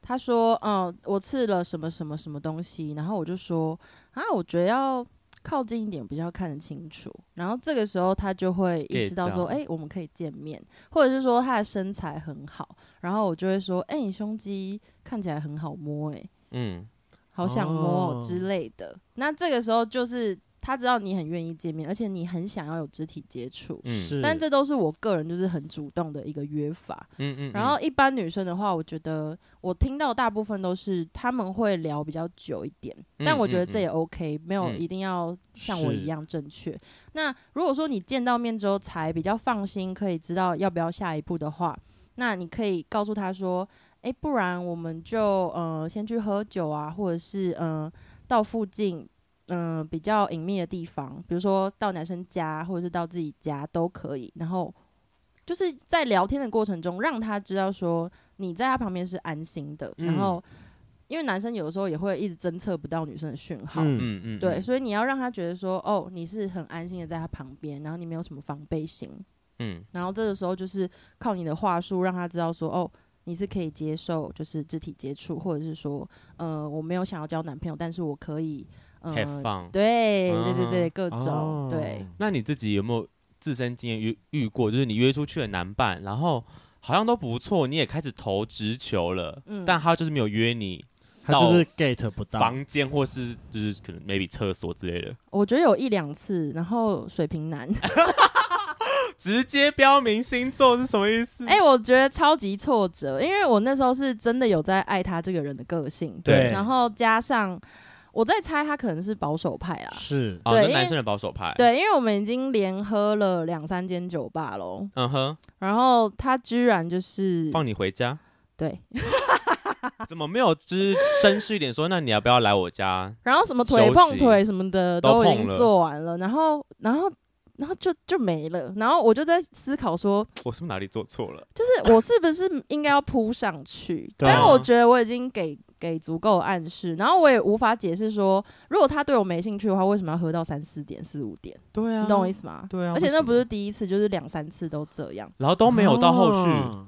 Speaker 3: 他说，嗯、我刺了什么什么什么东西，然后我就说，啊，我觉得要靠近一点比较看得清楚。然后这个时候他就会意识到说，
Speaker 1: Get 到
Speaker 3: 哎、我们可以见面，或者是说他的身材很好，然后我就会说，哎、你胸肌看起来很好摸、哎，
Speaker 1: 嗯，
Speaker 3: 好想摸、
Speaker 2: 哦
Speaker 3: 哦、之类的。那这个时候就是他知道你很愿意见面，而且你很想要有肢体接触。
Speaker 1: 嗯
Speaker 2: 是，
Speaker 3: 但这都是我个人就是很主动的一个约法。
Speaker 1: 嗯嗯，
Speaker 3: 然后一般女生的话，我觉得我听到大部分都是他们会聊比较久一点，
Speaker 1: 嗯
Speaker 3: 但我觉得
Speaker 1: 嗯
Speaker 3: 这也 OK，没有
Speaker 1: 嗯
Speaker 3: 一定要像我
Speaker 2: 是
Speaker 3: 一样正确。那如果说你见到面之后才比较放心，可以知道要不要下一步的话，那你可以告诉他说：“诶，不然我们就呃先去喝酒啊，或者是嗯、呃到附近。”嗯、比较隐秘的地方，比如说到男生家或者是到自己家都可以。然后就是在聊天的过程中，让他知道说你在他旁边是安心的。
Speaker 2: 嗯
Speaker 3: 然后，因为男生有的时候也会一直侦测不到女生的讯号，
Speaker 2: 嗯，
Speaker 1: 嗯嗯，
Speaker 3: 对，所以你要让他觉得说，哦，你是很安心的在他旁边，然后你没有什么防备心，
Speaker 1: 嗯
Speaker 3: 然后这个时候就是靠你的话术让他知道说，哦，你是可以接受就是肢体接触，或者是说，呃，我没有想要交男朋友，但是我可以，呃，
Speaker 1: 太放。
Speaker 3: 对
Speaker 1: 嗯
Speaker 3: 对对对，各种、
Speaker 2: 哦
Speaker 3: 对，
Speaker 1: 那你自己有没有自身经验遇遇过，就是你约出去的男伴，然后好像都不错，你也开始投直球了，
Speaker 3: 嗯
Speaker 1: 但他就是没有约你
Speaker 2: 他就是 get 不到，
Speaker 1: 房间或是就是可能 maybe 厕所之 类的，
Speaker 3: 我觉得有一两次，然后水平男，
Speaker 1: 直接标明星座是什么意思？
Speaker 3: 哎、我觉得超级挫折，因为我那时候是真的有在爱他这个人的个性，
Speaker 2: 对
Speaker 3: 然后加上我在猜他可能是保守派啦，
Speaker 2: 是
Speaker 1: 哦，
Speaker 3: 对
Speaker 1: 那
Speaker 3: 因为
Speaker 1: 男生的保守派，，
Speaker 3: 对，因为我们已经连喝了两三间酒吧喽，
Speaker 1: 嗯哼，
Speaker 3: 然后他居然就是
Speaker 1: 放你回家，
Speaker 3: 对，啊
Speaker 1: 怎么没有就是绅士一点说，那你要不要来我家？
Speaker 3: 然后什么
Speaker 1: 休
Speaker 3: 腿
Speaker 1: 息
Speaker 3: 碰腿什么的
Speaker 1: 都
Speaker 3: 都已
Speaker 1: 碰
Speaker 3: 经
Speaker 1: 了
Speaker 3: 做完了，然后然后然后就就没了，然后我就在思考说，
Speaker 1: 我是不是哪里做错了？
Speaker 3: 就是我是不是应该要扑上去？
Speaker 2: 对啊
Speaker 3: 但我觉得我已经给给足够的暗示，然后我也无法解释说，如果他对我没兴趣的话，为什么要喝到三四点、四五点？
Speaker 1: 对啊，
Speaker 3: 你懂我意思吗？
Speaker 1: 对啊，
Speaker 3: 而且
Speaker 1: 为
Speaker 3: 那
Speaker 1: 什
Speaker 3: 不
Speaker 1: 么
Speaker 3: 是，第一次，就是两三次都这样。
Speaker 1: 然后都没有到后续，
Speaker 2: 哦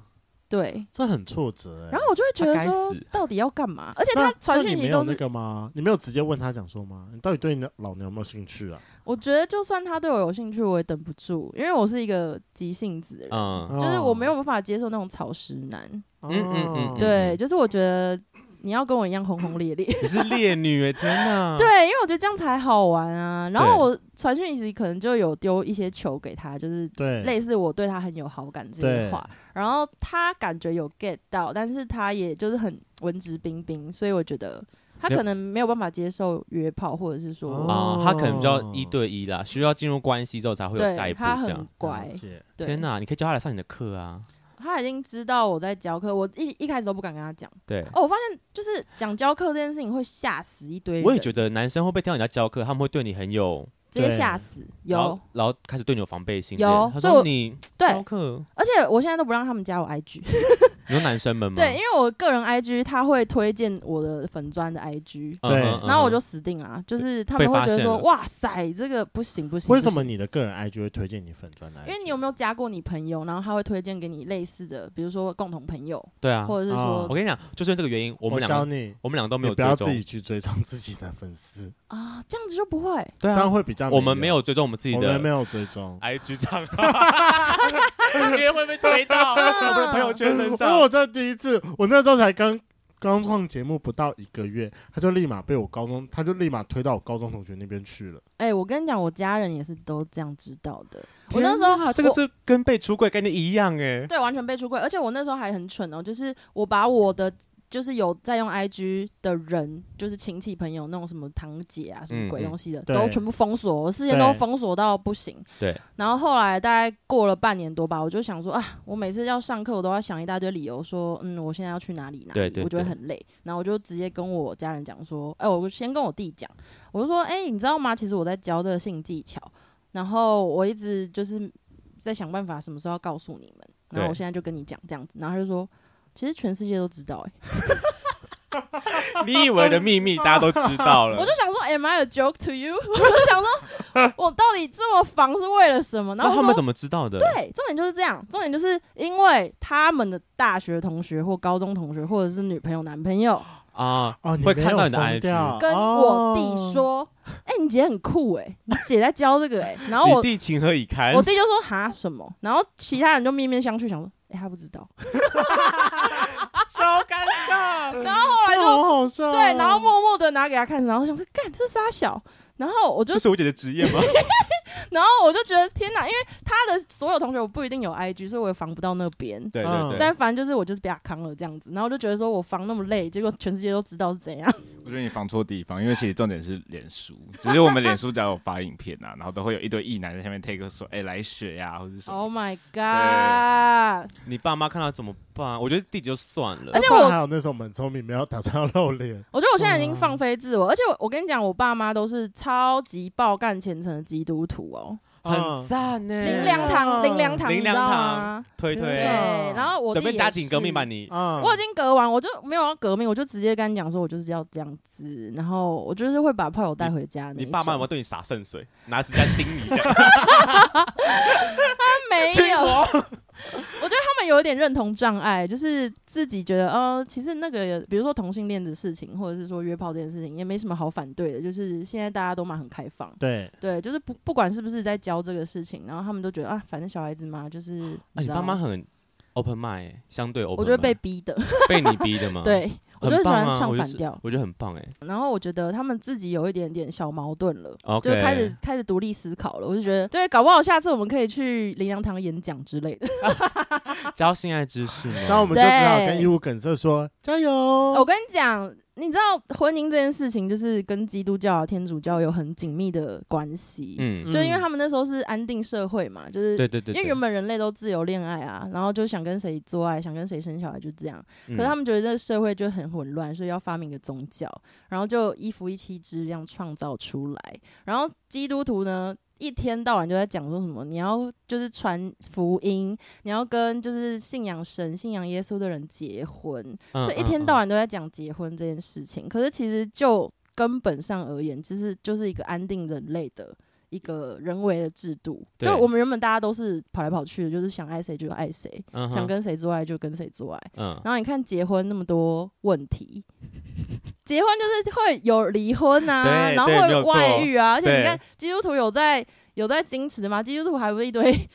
Speaker 3: 对，
Speaker 2: 这很挫折哎。
Speaker 3: 然后我就会觉
Speaker 1: 他该
Speaker 3: 得说
Speaker 1: 死，
Speaker 3: 到底要干嘛？而且
Speaker 2: 那
Speaker 3: 他传
Speaker 2: 那
Speaker 3: 讯
Speaker 2: 你没
Speaker 3: 息
Speaker 2: 有
Speaker 3: 都
Speaker 2: 那
Speaker 3: 是，
Speaker 2: 个吗？你没有直接问他讲说吗？你到底对你的老娘有没有兴趣啊？
Speaker 3: 我觉得就算他对我有兴趣，我也等不住，因为我是一个急性子的人，
Speaker 1: 嗯，
Speaker 3: 就是我没有办法接受那种草食男。
Speaker 2: 哦，
Speaker 1: 嗯嗯嗯嗯
Speaker 3: 对，就是我觉得你要跟我一样轰轰烈 烈。
Speaker 1: 你是烈女哎，天哪，
Speaker 3: 对，因为我觉得这样才好玩啊。然
Speaker 1: 对
Speaker 3: 后我传讯息可能就有丢一些球给他，就是
Speaker 2: 对，
Speaker 3: 类似我对他很有好感这
Speaker 2: 对
Speaker 3: 些话。然后他感觉有 get 到，但是他也就是很文质彬彬，所以我觉得他
Speaker 1: 了
Speaker 3: 可能没有办法接受约炮，或者是说，
Speaker 1: 啊，他可能比较一
Speaker 2: 哦
Speaker 1: 对一啦，需要进入关系之后才会有下
Speaker 3: 对
Speaker 1: 一步
Speaker 3: 他
Speaker 1: 这
Speaker 3: 很
Speaker 1: 样。
Speaker 3: 乖
Speaker 2: 了。解
Speaker 3: 对
Speaker 1: 天，哪，你可以教他来上你的课啊！
Speaker 3: 他已经知道我在教课，我一一开始都不敢跟他讲。
Speaker 1: 对，
Speaker 3: 哦，我发现就是讲教课这件事情会吓死一堆人，
Speaker 1: 我也觉得男生会被听到你在教课，他们会对你很有
Speaker 3: 直接
Speaker 2: 对
Speaker 3: 吓死。
Speaker 1: 然
Speaker 3: 有
Speaker 1: 后然后开始对你有防备心。
Speaker 3: 有
Speaker 1: 对他
Speaker 3: 所以
Speaker 1: 说
Speaker 3: 我
Speaker 1: 你
Speaker 3: 对，
Speaker 1: 教课，
Speaker 3: 而且我现在都不让他们加我 IG。
Speaker 1: 你说男生们吗？
Speaker 3: 对，因为我个人 IG 他会推荐我的粉砖的 IG，、
Speaker 1: 嗯
Speaker 2: 对
Speaker 1: 哼
Speaker 3: 然后我
Speaker 1: 嗯哼
Speaker 3: 就死定了，啊就是他
Speaker 1: 被
Speaker 3: 们会
Speaker 1: 发
Speaker 3: 觉得
Speaker 1: 现
Speaker 3: 说，
Speaker 1: 了
Speaker 3: 哇塞，这个不行不行。
Speaker 2: 为
Speaker 3: 不
Speaker 2: 什么
Speaker 3: 行？
Speaker 2: 你的个人 IG 会推荐你粉砖来？
Speaker 3: 因为你有没有加过你朋友，然后他会推荐给你类似的，比如说共同朋友，
Speaker 1: 对啊，
Speaker 3: 或者是
Speaker 2: 啊
Speaker 1: 我
Speaker 3: 说
Speaker 1: 跟你讲，就是因为这个原因，我
Speaker 2: 我
Speaker 1: 们两
Speaker 2: 教
Speaker 1: 个
Speaker 2: 你，
Speaker 1: 我们两个都没
Speaker 2: 你
Speaker 1: 有
Speaker 2: 不要
Speaker 1: 追
Speaker 2: 自己
Speaker 1: 踪，
Speaker 2: 去追踪自己的粉 丝，
Speaker 3: 啊，这样子就不会。
Speaker 1: 对
Speaker 2: 这样
Speaker 1: 啊，
Speaker 2: 会比较
Speaker 1: 我们没，有追踪我们自己
Speaker 2: 我
Speaker 1: 的
Speaker 2: 们没有追 踪。
Speaker 1: IG 账 号，因为会被推到 我们的朋友圈身
Speaker 2: 因为
Speaker 1: 上。
Speaker 2: 我这第一次，我那时候才刚刚创节目不到一个月，他就立马被我高中，他就立马推到我高中同学那边去了。
Speaker 3: 哎、我跟你讲，我家人也是都这样知道的。我
Speaker 1: 天
Speaker 3: 那时候
Speaker 1: 啊哪这个
Speaker 3: 我
Speaker 1: 是跟被出柜概念一样哎。
Speaker 3: 对完全被出柜，而且我那时候还很蠢哦，就是我把我的。就是有在用 IG 的人，就是亲戚朋友那种什么堂姐啊，什
Speaker 1: 嗯
Speaker 3: 么鬼
Speaker 1: 嗯
Speaker 3: 东西的，
Speaker 2: 对
Speaker 3: 都全部封锁，我事业
Speaker 2: 对
Speaker 3: 都封锁到不行。
Speaker 1: 对。
Speaker 3: 然后后来大概过了半年多吧，我就想说啊，我每次要上课，我都要想一大堆理由说，嗯，我现在要去哪里哪
Speaker 1: 对
Speaker 3: 里，
Speaker 1: 对
Speaker 3: 我觉得
Speaker 1: 对
Speaker 3: 很累。然后我就直接跟我家人讲说，哎、我先跟我弟讲，我就说，哎、你知道吗？其实我在教这个性技巧，然后我一直就是在想办法什么时候要告诉你们，然
Speaker 1: 对
Speaker 3: 后我现在就跟你讲这样子，然后他就说，其实全世界都知道、欸，
Speaker 1: 你以为的秘密大家都知道了
Speaker 3: 我。就想说，Am I a joke to you？我 就想说，我到底这么防是为了什么？
Speaker 1: 那
Speaker 3: 然后
Speaker 1: 哦他
Speaker 3: 我
Speaker 1: 们
Speaker 3: 说，
Speaker 1: 怎么知道的？
Speaker 3: 对，重点就是这样，重点就是因为他们的大学同学或高中同学，或者是女朋友、男朋友，
Speaker 1: 啊，
Speaker 2: 哦，你
Speaker 1: 会
Speaker 2: 没
Speaker 1: 看
Speaker 2: 有
Speaker 1: 到你的
Speaker 2: 疯
Speaker 1: IG
Speaker 2: 掉
Speaker 3: 跟我
Speaker 1: 哦
Speaker 3: 弟，说：“哎、你姐很酷哎、你姐在教这个哎、然后我
Speaker 1: 你弟情何以堪
Speaker 3: 我？弟就说：“哈什么？”然后其他人就面面相觑，想说：“哎、他不知道。
Speaker 1: 超尴尬。”
Speaker 3: 然后后来
Speaker 2: 哦、这
Speaker 3: 就
Speaker 2: 好好笑哦，
Speaker 3: 对，然后默默的拿给他看，然后想说：“干，这傻小。”然后我就
Speaker 1: 这，是我姐的职业吗？
Speaker 3: 然后我就觉得天哪，因为他的所有同学我不一定有 IG，所以我也防不到那边。
Speaker 1: 对
Speaker 2: 嗯
Speaker 1: 对对，
Speaker 3: 但反正就是我就是被他坑了这样子，然后我就觉得说我防那么累，结果全世界都知道是怎样。
Speaker 4: 我觉得你放错地方，因为其实重点是脸书，只是我们脸书只要有发影片啊，然后都会有一堆异男在下面 take 说，哎、来雪呀、或者是什么。
Speaker 3: Oh my god！
Speaker 1: 你爸妈看到怎么办？我觉得弟弟就算了
Speaker 3: 而。且
Speaker 2: 不然
Speaker 3: 我
Speaker 2: 还有那时候我们很聪明，没有打算要露 脸，
Speaker 3: 我觉得我现在已经放飞自我，而且我我跟你讲，我爸妈都是超级爆干虔诚的基督徒哦，
Speaker 1: 很赞呢，
Speaker 3: 林良堂，林良堂，你
Speaker 1: 林
Speaker 3: 知
Speaker 1: 良
Speaker 3: 道
Speaker 1: 堂
Speaker 3: 吗？
Speaker 1: 推
Speaker 3: 对，
Speaker 1: 推，
Speaker 2: 对
Speaker 3: 然后我弟
Speaker 1: 准备家庭革命吧
Speaker 3: 版，
Speaker 1: 你。
Speaker 2: 嗯，
Speaker 3: 我已经革完，我就没有要革命，我就直接跟你讲说，我就是要这样子，然后我就是会把炮友带回家那一
Speaker 1: 你
Speaker 3: 种。
Speaker 1: 爸妈有没有对你洒圣水，拿指甲钉你一下？
Speaker 3: 他没有， 我觉得他们有一点认同障碍，就是自己觉得，呃，其实那个比如说同性恋的事情，或者是说约炮这件事情，也没什么好反对的，就是现在大家都蛮很开放。
Speaker 2: 对，
Speaker 3: 对，就是不不管是不是在教这个事情，然后他们都觉得啊，反正小孩子嘛，就是
Speaker 1: 啊，你
Speaker 3: 知道
Speaker 1: 爸妈很 open mind，欸相对 open，
Speaker 3: 我觉得
Speaker 1: mind
Speaker 3: 被逼的，
Speaker 1: 被你逼的吗？，
Speaker 3: 对我
Speaker 1: 啊
Speaker 3: 就
Speaker 1: 很
Speaker 3: 喜
Speaker 1: 棒
Speaker 3: 欢
Speaker 1: 啊，
Speaker 3: 唱
Speaker 1: 我就
Speaker 3: 反
Speaker 1: 是
Speaker 3: 调。
Speaker 1: 我觉得很棒哎。
Speaker 3: 然后我觉得他们自己有一点点小矛盾了。
Speaker 1: OK，
Speaker 3: 就开始开始独立思考了，我就觉得对，搞不好下次我们可以去林良堂演讲之类的。
Speaker 1: 教性爱知识吗？
Speaker 2: 然后我们就只好
Speaker 3: 对
Speaker 2: 跟义务梗塞说加油，
Speaker 1: 哦
Speaker 3: 我跟你讲，你知道婚姻这件事情，就是跟基督教、啊、天主教有很紧密的关系。
Speaker 1: 嗯，
Speaker 3: 就因为他们那时候是安定社会嘛，就是
Speaker 1: 对对对，
Speaker 3: 因为
Speaker 1: 对
Speaker 3: 原本人类都自由恋爱啊，然后就想跟谁做爱，想跟谁生小孩，就这样。
Speaker 1: 嗯
Speaker 3: 可是他们觉得这个社会就很混乱，所以要发明一个宗教，然后就一夫一妻制这样创造出来。然后基督徒呢，一天到晚就在讲说什么你要就是传福音，你要跟就是信仰神、信仰耶稣的人结婚，
Speaker 1: 嗯
Speaker 3: 所以一
Speaker 1: 嗯
Speaker 3: 天
Speaker 1: 嗯
Speaker 3: 到晚都在讲结婚这件事情。可是其实就根本上而言，其实就是一个安定人类的。一个人为的制度，
Speaker 1: 对
Speaker 3: 就我们原本大家都是跑来跑去的，就是想爱谁就爱谁，
Speaker 1: 嗯哼
Speaker 3: 想跟谁做爱就跟谁做爱。
Speaker 1: 嗯
Speaker 3: 然后你看结婚那么多问题，结婚就是会有离婚啊，
Speaker 1: 对
Speaker 3: 然后
Speaker 1: 对
Speaker 3: 会
Speaker 1: 没
Speaker 3: 有
Speaker 1: 有错
Speaker 3: 外遇啊，而且你
Speaker 1: 对
Speaker 3: 看基督徒有在有在矜持吗？基督徒还不是 一堆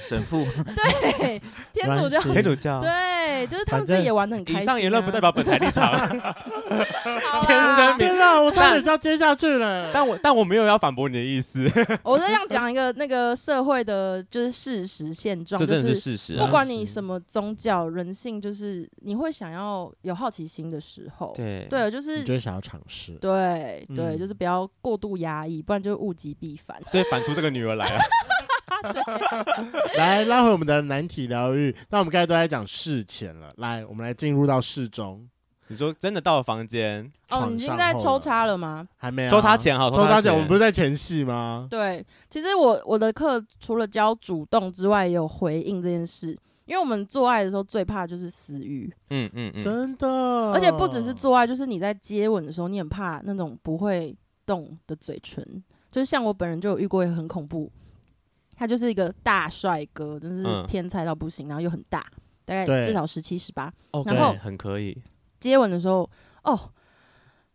Speaker 4: 神父，
Speaker 3: 对天主教
Speaker 2: 关。系
Speaker 1: 天主教。
Speaker 3: 对，就是他
Speaker 2: 反
Speaker 3: 们自己
Speaker 2: 正
Speaker 3: 也玩的很开心、啊。
Speaker 1: 以上言论不代表本台立 场，
Speaker 3: 好啦啊
Speaker 1: 天生
Speaker 2: 天哪，我差点就要接下去了，
Speaker 1: 但我但我没有要反驳你的意思，
Speaker 3: 我就这样讲一个那个社会的，就是事实现状，
Speaker 1: 这
Speaker 3: 就
Speaker 1: 真的是
Speaker 3: 是
Speaker 1: 事实
Speaker 3: 不
Speaker 1: 啊。
Speaker 3: 管你什么宗教，人性就是你会想要有好奇心的时候。
Speaker 1: 对
Speaker 3: 对，就是
Speaker 2: 你就会想要尝试，
Speaker 3: 对对，
Speaker 2: 嗯
Speaker 3: 就是不要过度压抑，不然就物极必反。
Speaker 1: 所以反出这个女儿来 啊，
Speaker 2: 来拉回我们的难题疗愈，那我们刚才都在讲事前了，来，我们来进入到事中，
Speaker 1: 你说真的到了房间，
Speaker 3: 哦，
Speaker 2: 床
Speaker 3: 你已经
Speaker 2: 上
Speaker 3: 在
Speaker 2: 后
Speaker 3: 抽
Speaker 2: 了
Speaker 3: 插了吗？
Speaker 2: 还没有啊
Speaker 1: 抽插，前好，
Speaker 2: 抽插
Speaker 1: 插
Speaker 2: 前，我们不是
Speaker 1: 是
Speaker 2: 在前戏吗？
Speaker 3: 对，其实我我的课除了教主动之外，也有回应这件事，因为我们做爱的时候最怕就是私欲，
Speaker 1: 嗯嗯嗯，
Speaker 2: 真的，
Speaker 3: 而且不只
Speaker 2: 嗯
Speaker 3: 是做爱，就是你在接吻的时候，你很怕那种不会动的嘴唇，就是像我本人就有遇过，也很恐怖。他就是一个大帅哥，真是
Speaker 1: 嗯
Speaker 3: 天才到不行，然后又很大，大概
Speaker 2: 对
Speaker 3: 至少十七十八，
Speaker 1: 哦，
Speaker 3: 然
Speaker 1: 对
Speaker 3: 后
Speaker 1: 很可以，
Speaker 3: 接吻的时候，哦，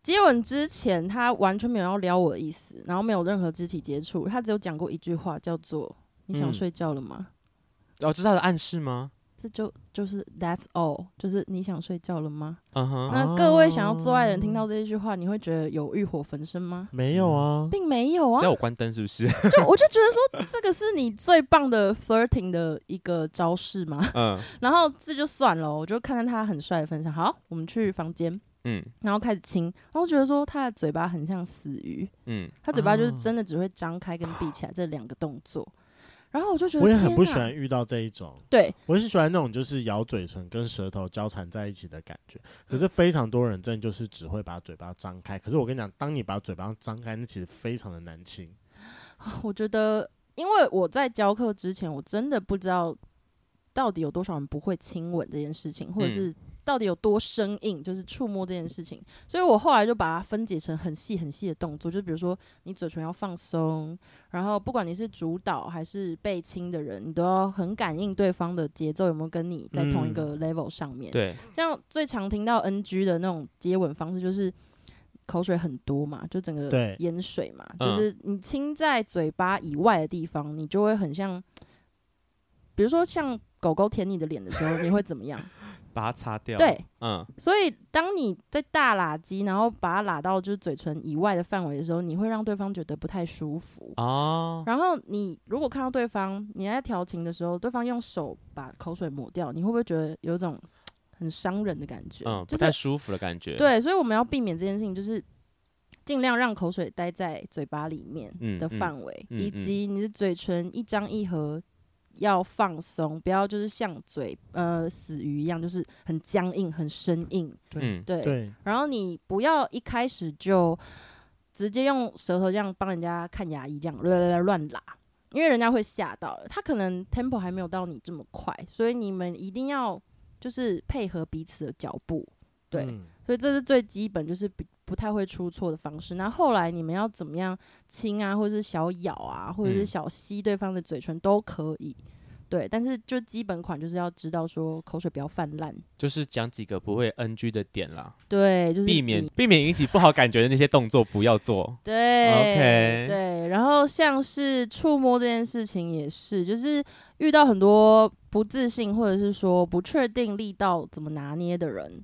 Speaker 3: 接吻之前他完全没有要撩我的意思，然后没有任何肢体接触，他只有讲过一句话，叫做“你想
Speaker 1: 嗯
Speaker 3: 睡觉了吗？”
Speaker 1: 哦，这是他的暗示吗？
Speaker 3: 这就就是 That's all，就是你想睡觉了吗？
Speaker 1: 嗯哼，
Speaker 3: 那各位想要做爱的人听到这一句话，你会觉得有欲火焚身吗？
Speaker 2: 没有啊，
Speaker 3: 并没有啊
Speaker 1: 只要，我关灯哦是不是？
Speaker 3: 就我就觉得说这个是你最棒的 flirting 的一个招式嘛。
Speaker 1: 嗯
Speaker 3: 然后这就算了，我就看看他很帅的分享。好，我们去房间，
Speaker 1: 嗯
Speaker 3: 然后开始亲，然后觉得说他的嘴巴很像死鱼，
Speaker 1: 嗯，
Speaker 3: 他嘴巴就是
Speaker 2: 哦
Speaker 3: 真的只会张开跟闭起来这两个动作。然后我就觉得
Speaker 2: 我也很
Speaker 3: 嗯天
Speaker 2: 不
Speaker 3: 哪
Speaker 2: 喜欢遇到这一种，
Speaker 3: 对
Speaker 2: 我是喜欢那种就是咬嘴唇跟舌头交缠在一起的感觉。可
Speaker 3: 嗯
Speaker 2: 是非常多人真的就是只会把嘴巴张开。可是我跟你讲，当你把嘴巴张开，那其实非常的难亲。
Speaker 3: 我觉得，因为我在教课之前，我真的不知道到底有多少人不会亲吻这件事情，或者
Speaker 1: 嗯
Speaker 3: 是到底有多生硬，就是触摸这件事情。所以我后来就把它分解成很细很细的动作，就比如说你嘴唇要放松，然后不管你是主导还是被亲的人，你都要很感应对方的节奏有没有跟你在同一个 level 上面。
Speaker 1: 对，
Speaker 3: 像最常听到 NG 的那种接吻方式，就是口水很多嘛，就整个
Speaker 2: 对
Speaker 3: 淹水嘛，
Speaker 1: 嗯
Speaker 3: 就是你亲在嘴巴以外的地方，你就会很像，比如说像狗狗舔你的脸的时候，你会怎 么样？
Speaker 1: 把它擦掉。
Speaker 3: 对，
Speaker 1: 嗯，
Speaker 3: 所以当你在大喇鸡，然后把它喇到就是嘴唇以外的范围的时候，你会让对方觉得不太舒服。
Speaker 1: 哦，
Speaker 3: 然后你如果看到对方你在调情的时候，对方用手把口水抹掉，你会不会觉得有一种很伤人的感觉？
Speaker 1: 嗯，不
Speaker 3: 就
Speaker 1: 太
Speaker 3: 是
Speaker 1: 舒服的感觉。，
Speaker 3: 对，所以我们要避免这件事情，就是尽量让口水待在嘴巴里面
Speaker 1: 嗯
Speaker 3: 的
Speaker 1: 嗯
Speaker 3: 范围，
Speaker 1: 嗯
Speaker 3: 以
Speaker 1: 嗯
Speaker 3: 及你的嘴唇一张一合要放松，不要就是像嘴呃死鱼一样，就是很僵硬、很生硬。
Speaker 1: 嗯，
Speaker 3: 对，
Speaker 2: 对，
Speaker 3: 然后你不要一开始就直接用舌头这样帮人家看牙医这样乱乱拉，因为人家会吓到了。他可能 tempo 还没有到你这么快，所以你们一定要就是配合彼此的脚步。对，
Speaker 2: 嗯
Speaker 3: 所以这是最基本，就是不不太会出错的方式。那后来你们要怎么样亲啊，或者是小咬啊，或者是
Speaker 1: 嗯
Speaker 3: 小吸对方的嘴唇都可以。对，但是就基本款就是要知道说口水不要泛滥，
Speaker 1: 就是讲几个不会 NG 的点啦，
Speaker 3: 对，就是
Speaker 1: 避免
Speaker 3: 你
Speaker 1: 避免引起不好感觉的那些动作不要做。
Speaker 3: 对
Speaker 1: OK
Speaker 3: 对，然后像是触摸这件事情也是，就是遇到很多不自信或者是说不确定力道怎么拿捏的人，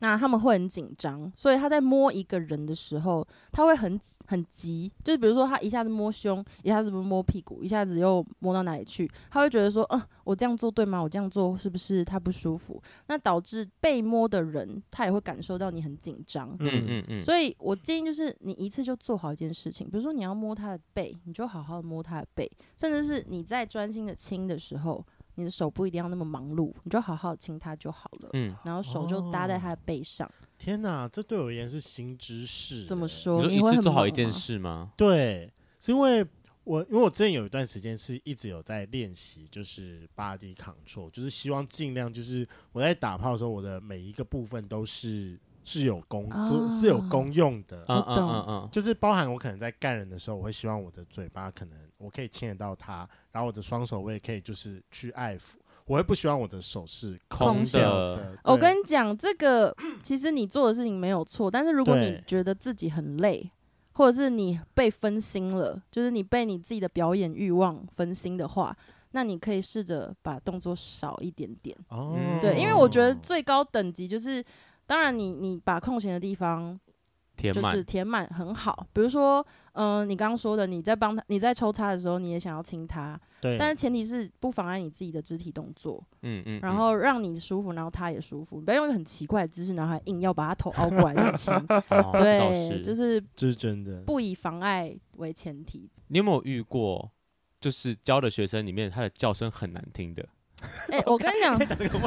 Speaker 3: 那他们会很紧张，所以他在摸一个人的时候，他会很很急，就是比如说他一下子摸胸，一下子摸屁股，一下子又摸到哪里去，他会觉得说，嗯、我这样做对吗？我这样做是不是他不舒服？那导致被摸的人他也会感受到你很紧张，
Speaker 1: 嗯
Speaker 2: 嗯
Speaker 1: 嗯嗯，
Speaker 3: 所以我建议就是你一次就做好一件事情，比如说你要摸他的背，你就好好的摸他的背，甚至是你在专心的亲的时候，你的手不一定要那么忙碌，你就好好地亲他就好了。
Speaker 1: 嗯，哦
Speaker 3: 然后手就搭在他的背上，
Speaker 2: 天哪，这对我而言是新知识。
Speaker 3: 这么
Speaker 2: 欸
Speaker 1: 你
Speaker 3: 说
Speaker 1: 说
Speaker 3: 你
Speaker 1: 一
Speaker 3: 会
Speaker 1: 次
Speaker 3: 很
Speaker 1: 做好
Speaker 3: 忙
Speaker 1: 一件
Speaker 3: 吗，
Speaker 1: 事吗？
Speaker 2: 对，是因为我因为我之前有一段时间是一直有在练习，就是 body control，就是希望尽量就是我在打炮的时候，我的每一个部分都是是有功、
Speaker 3: 啊
Speaker 2: 是是有功
Speaker 4: 哦
Speaker 2: 用的。
Speaker 1: 嗯
Speaker 3: 我
Speaker 1: 嗯
Speaker 3: 懂
Speaker 1: 嗯嗯，
Speaker 2: 就是包含我可能在干人的时候，我会希望我的嘴巴可能我可以牵得到它，然后我的双手我也可以就是去爱抚，我会不希望我的手是
Speaker 1: 空
Speaker 3: 空
Speaker 2: 翘
Speaker 1: 的，
Speaker 2: 的。
Speaker 3: 我
Speaker 2: 对
Speaker 3: 跟你讲，这个其实你做的事情没有错，但是如果你
Speaker 2: 对
Speaker 3: 觉得自己很累，或者是你被分心了，就是你被你自己的表演欲望分心的话，那你可以试着把动作少一点点。
Speaker 2: 哦
Speaker 1: 嗯
Speaker 3: 对，因为我觉得最高等级就是，当然你你把空闲的地方
Speaker 1: 填
Speaker 3: 就
Speaker 1: 满嗯
Speaker 3: 是。填满很好，比如说，嗯、你刚刚说的，你在帮他，你在抽插的时候，你也想要亲他，
Speaker 2: 对，
Speaker 3: 但是前提是不妨碍你自己的肢体动作，
Speaker 1: 嗯嗯，
Speaker 3: 然
Speaker 1: 嗯
Speaker 3: 后让你舒服，然后他也舒服，你不要用一个很奇怪的姿势，然后还硬要把他头凹过来去 亲，
Speaker 1: 哦 这倒
Speaker 3: 对，就是是
Speaker 2: 这是真的。
Speaker 4: 哎
Speaker 3: 不以妨碍为 前提。
Speaker 1: 你有没有遇过，就是教的学生里面他的叫声很难听的，
Speaker 3: 哎、我跟你讲，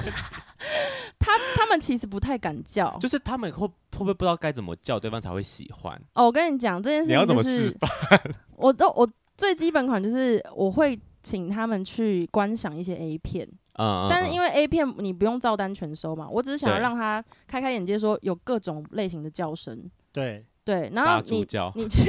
Speaker 3: 他他们其实不太敢叫，
Speaker 1: 就是他们会会不会不知道该怎么叫对方才会喜欢？
Speaker 3: 哦，我跟你讲这件事
Speaker 1: 你要怎
Speaker 3: 情就
Speaker 1: 么
Speaker 3: 是
Speaker 1: 示，
Speaker 3: 我都我最基本款就是我会请他们去观赏一些 A 片，
Speaker 1: 嗯，嗯
Speaker 3: 但是
Speaker 1: 嗯
Speaker 3: 因为 A 片你不用照单全收嘛，我只是想要
Speaker 1: 对
Speaker 3: 让他开开眼界，说有各种类型的叫声，
Speaker 2: 对，
Speaker 3: 对，然
Speaker 1: 杀
Speaker 3: 后
Speaker 1: 猪
Speaker 3: 你
Speaker 1: 叫，
Speaker 3: 你去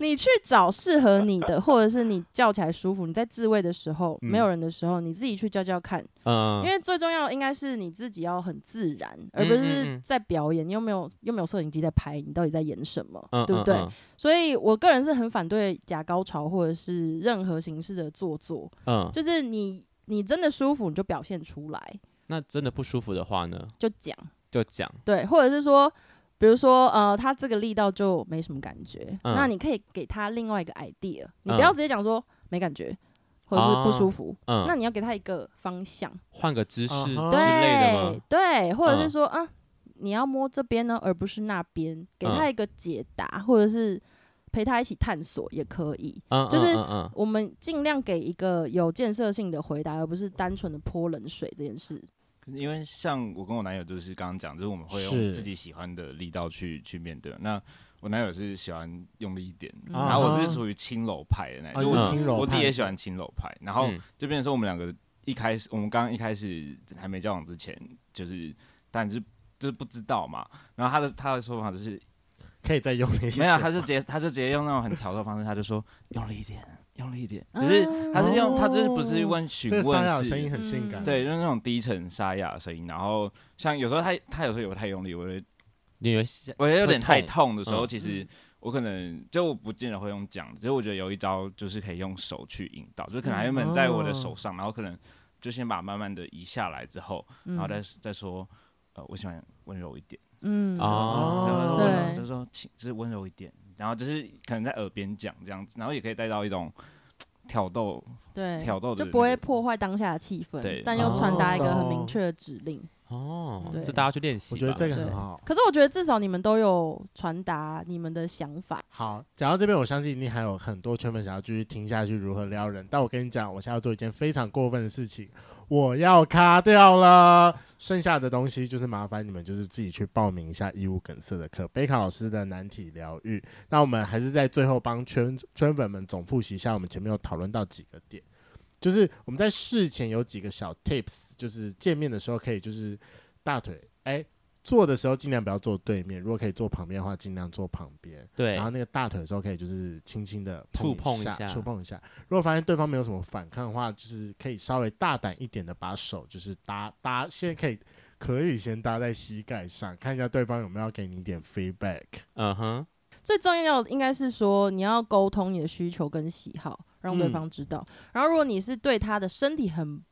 Speaker 3: 你去找适合你的，或者是你叫起来舒服，你在自慰的时候
Speaker 1: 嗯
Speaker 3: 没有人的时候，你自己去叫叫看，
Speaker 1: 嗯，
Speaker 3: 因为最重要应该是你自己要很自然，而不
Speaker 1: 嗯
Speaker 3: 是
Speaker 1: 嗯
Speaker 3: 在表演，你又没有又没有摄影机在拍，你到底在演什么，
Speaker 1: 嗯
Speaker 3: 对不对？？
Speaker 1: 嗯
Speaker 3: 所以我个人是很反对假高潮或者是任何形式的做作，
Speaker 1: 嗯，嗯
Speaker 3: 就是你你真的舒服你就表现出来，
Speaker 1: 那真的不舒服的话呢，
Speaker 3: 就讲
Speaker 1: 就讲，
Speaker 3: 对，或者是说。比如说，呃，他这个力道就没什么感觉，
Speaker 1: 嗯
Speaker 3: 那你可以给他另外一个 idea，你
Speaker 1: 嗯
Speaker 3: 不要直接讲说没感觉或者是不舒服，那
Speaker 1: 嗯，
Speaker 3: 你要给他一个方向，
Speaker 1: 换个姿势之类
Speaker 2: 啊哈
Speaker 1: 的
Speaker 3: 对
Speaker 1: 吗？
Speaker 3: 对，或者是
Speaker 1: 嗯
Speaker 3: 说啊，你要摸这边呢，而不是那边，给
Speaker 1: 嗯
Speaker 3: 他一个解答，或者是陪他一起探索也可以。
Speaker 1: 嗯，
Speaker 3: 就是
Speaker 1: 嗯嗯
Speaker 3: 我们尽量给一个有建设性的回答，而不是单纯的泼冷水这件事。
Speaker 4: 因为像我跟我男友就是刚刚讲，就是我们会用
Speaker 2: 是
Speaker 4: 自己喜欢的力道去去面对。那我男友是喜欢用力一点，
Speaker 3: 嗯
Speaker 4: 然后我
Speaker 2: 啊
Speaker 4: 是属于轻柔派的那
Speaker 2: 啊
Speaker 4: 种，就
Speaker 1: 你
Speaker 4: 我
Speaker 1: 是
Speaker 4: 自
Speaker 2: 轻
Speaker 4: 己
Speaker 2: 柔
Speaker 4: 我自己
Speaker 2: 派
Speaker 4: 也喜欢轻柔派。然后
Speaker 1: 嗯
Speaker 4: 就变成说我们两个一开始，我们刚刚一开始还没交往之前，就是但是就是不知道嘛。然后他的他的说法就是
Speaker 2: 可以再用力一点。
Speaker 4: 没有，啊他就直接他就直接用那种很调的方式，他就说用力一点，用力一点，就是
Speaker 3: 哦
Speaker 4: 他是用他就是不是问询
Speaker 2: 这个沙哑
Speaker 4: 问
Speaker 2: 的声
Speaker 4: 是
Speaker 2: 音很性感，啊
Speaker 3: 嗯
Speaker 4: 对，就是那种低沉沙哑的声音。然后像有时候他他有时候有太用力，我觉得
Speaker 1: 你有下
Speaker 4: 我觉得有点
Speaker 1: 会痛
Speaker 4: 太痛的时候，其实
Speaker 3: 嗯
Speaker 4: 我可能就我不见得会用讲，只是我觉得有一招就是可以用手去引导，就是可能
Speaker 3: 嗯
Speaker 4: 它原本在我的
Speaker 2: 哦
Speaker 4: 手上，然后可能就先把慢慢的移下来之后，然后再再说，呃，我喜欢温柔一点，
Speaker 3: 嗯
Speaker 4: 啊
Speaker 1: 哦，
Speaker 4: 然后
Speaker 2: 哦
Speaker 4: 温柔
Speaker 3: 对
Speaker 4: 就是说请就是温柔一点，然后就是可能在耳边讲这样子，然后也可以带到一种嗯挑逗
Speaker 3: 对，
Speaker 4: 挑逗的
Speaker 3: 就
Speaker 4: 那个，
Speaker 3: 不会破坏当下的气氛
Speaker 4: 对，
Speaker 3: 但又传达一个很
Speaker 2: 哦
Speaker 3: 明确的指令。
Speaker 1: 哦，
Speaker 3: 对
Speaker 1: 这大家去练习吧。
Speaker 2: 我觉得这个
Speaker 3: 对
Speaker 2: 很好。
Speaker 3: 可是我觉得至少你们都有传达你们的想法，
Speaker 2: 好，讲到这边，我相信一定还有很多圈粉想要继续听下去如何撩人。但我跟你讲，我现在要做一件非常过分的事情，我要卡掉了。剩下的东西就是麻烦你们就是自己去报名一下义务梗塞的课，贝卡老师的难题疗愈。那我们还是在最后帮圈圈粉们总复习一下，我们前面有讨论到几个点，就是我们在事前有几个小 tips，就是见面的时候可以就是大腿哎。坐的时候尽量不要坐对面，如果可以坐旁边的话，尽量坐旁边。
Speaker 1: 对
Speaker 2: 然，后那个大腿的时候可以就是轻轻的
Speaker 1: 触碰
Speaker 2: 一
Speaker 1: 一
Speaker 2: 下，
Speaker 1: 下
Speaker 2: 触碰一下。如果发现对方没有什么反抗的话，就是可以稍微大胆一点的把手就是搭搭，先可以可以先搭在膝盖上，看一下对方有没有给你一点 feedback。
Speaker 1: 嗯哼，
Speaker 3: 最重要的应该是说，你要沟通你的需求跟喜好，让
Speaker 1: 嗯
Speaker 3: 对方知道。然后，如果你是对他的身体很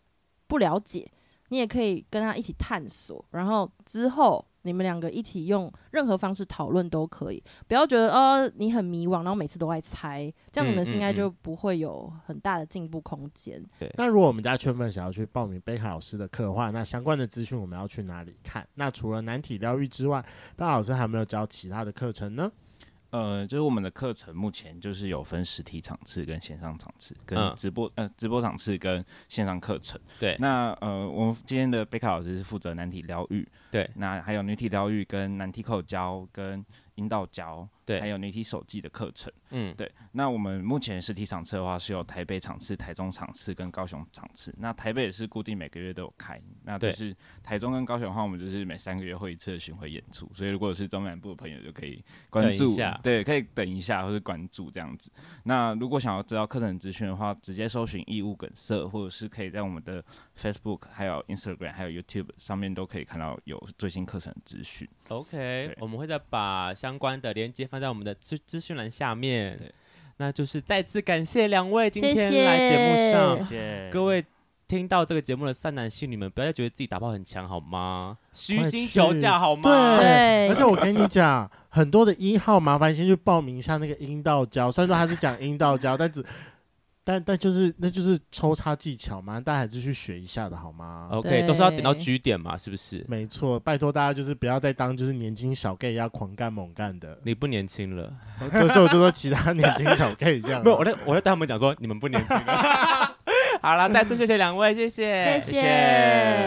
Speaker 3: 不了解，你也可以跟他一起探索。然后之后，你们两个一起用任何方式讨论都可以，不要觉得呃你很迷惘，然后每次都在猜，这样你们
Speaker 1: 嗯
Speaker 3: 应该
Speaker 1: 嗯嗯
Speaker 3: 就不会有很大的进步空间。
Speaker 2: 那如果我们家圈粉想要去报名贝卡老师的课的话，那相关的资讯我们要去哪里看？那除了难体疗愈之外，贝卡老师还有没有教其他的课程呢？
Speaker 4: 呃，就是我们的课程目前就是有分实体场次跟线上场次，跟
Speaker 1: 嗯
Speaker 4: 直播、呃直播场次跟线上课程。
Speaker 1: 对
Speaker 4: 那呃，我们今天的贝卡老师是负责男体疗愈，
Speaker 1: 对
Speaker 4: 那还有女体疗愈跟男体口交跟阴道交，
Speaker 1: 对
Speaker 4: 还有女体手技的课程。
Speaker 1: 嗯，
Speaker 4: 对，那我们目前实体场次的话是有台北场次、台中场次跟高雄场次。那台北也是固定每个月都有开，那就
Speaker 1: 对
Speaker 4: 是台中跟高雄的话，我们就是每三个月会一次的巡回演出。所以如果是中南部的朋友就可以关
Speaker 1: 等一
Speaker 4: 注
Speaker 1: 下，
Speaker 4: 对，可以等一下或者关注这样子。那如果想要知道课程资讯的话，直接搜寻义务梗社，或者是可以在我们的 Facebook、还有 Instagram、还有 YouTube 上面都可以看到有最新课程的资讯。
Speaker 1: OK，我们会再把相关的连接放在我们的资资讯栏下面
Speaker 4: 对。
Speaker 1: 那就是再次感谢两位今
Speaker 3: 谢
Speaker 1: 天
Speaker 3: 谢
Speaker 1: 来节目上，
Speaker 4: 谢谢
Speaker 1: 各。位听到这个节目的善男信女们，不要再觉得自己打炮很强好吗？虚
Speaker 2: 快
Speaker 1: 心
Speaker 2: 去
Speaker 1: 求教好吗？
Speaker 3: 对
Speaker 2: 而且我跟你讲，很多的一号麻烦先去报名一下那个阴道胶，虽然说他是讲阴道胶，但只但但就是那就是抽插技巧嘛，大家还是去学一下的好吗
Speaker 1: OK，都是要
Speaker 3: 对
Speaker 1: 点到 G 点嘛，是不是？
Speaker 2: 没错，拜托大家就是不要再当就是年轻小 gay 一样狂干猛干的，
Speaker 1: 你不年轻了，
Speaker 2: 所以我就说其他年轻小 gay 一样。
Speaker 1: 没有，我在我在对他们讲说你们不年轻了。 好了，再次谢谢两位，谢谢，
Speaker 3: 谢谢。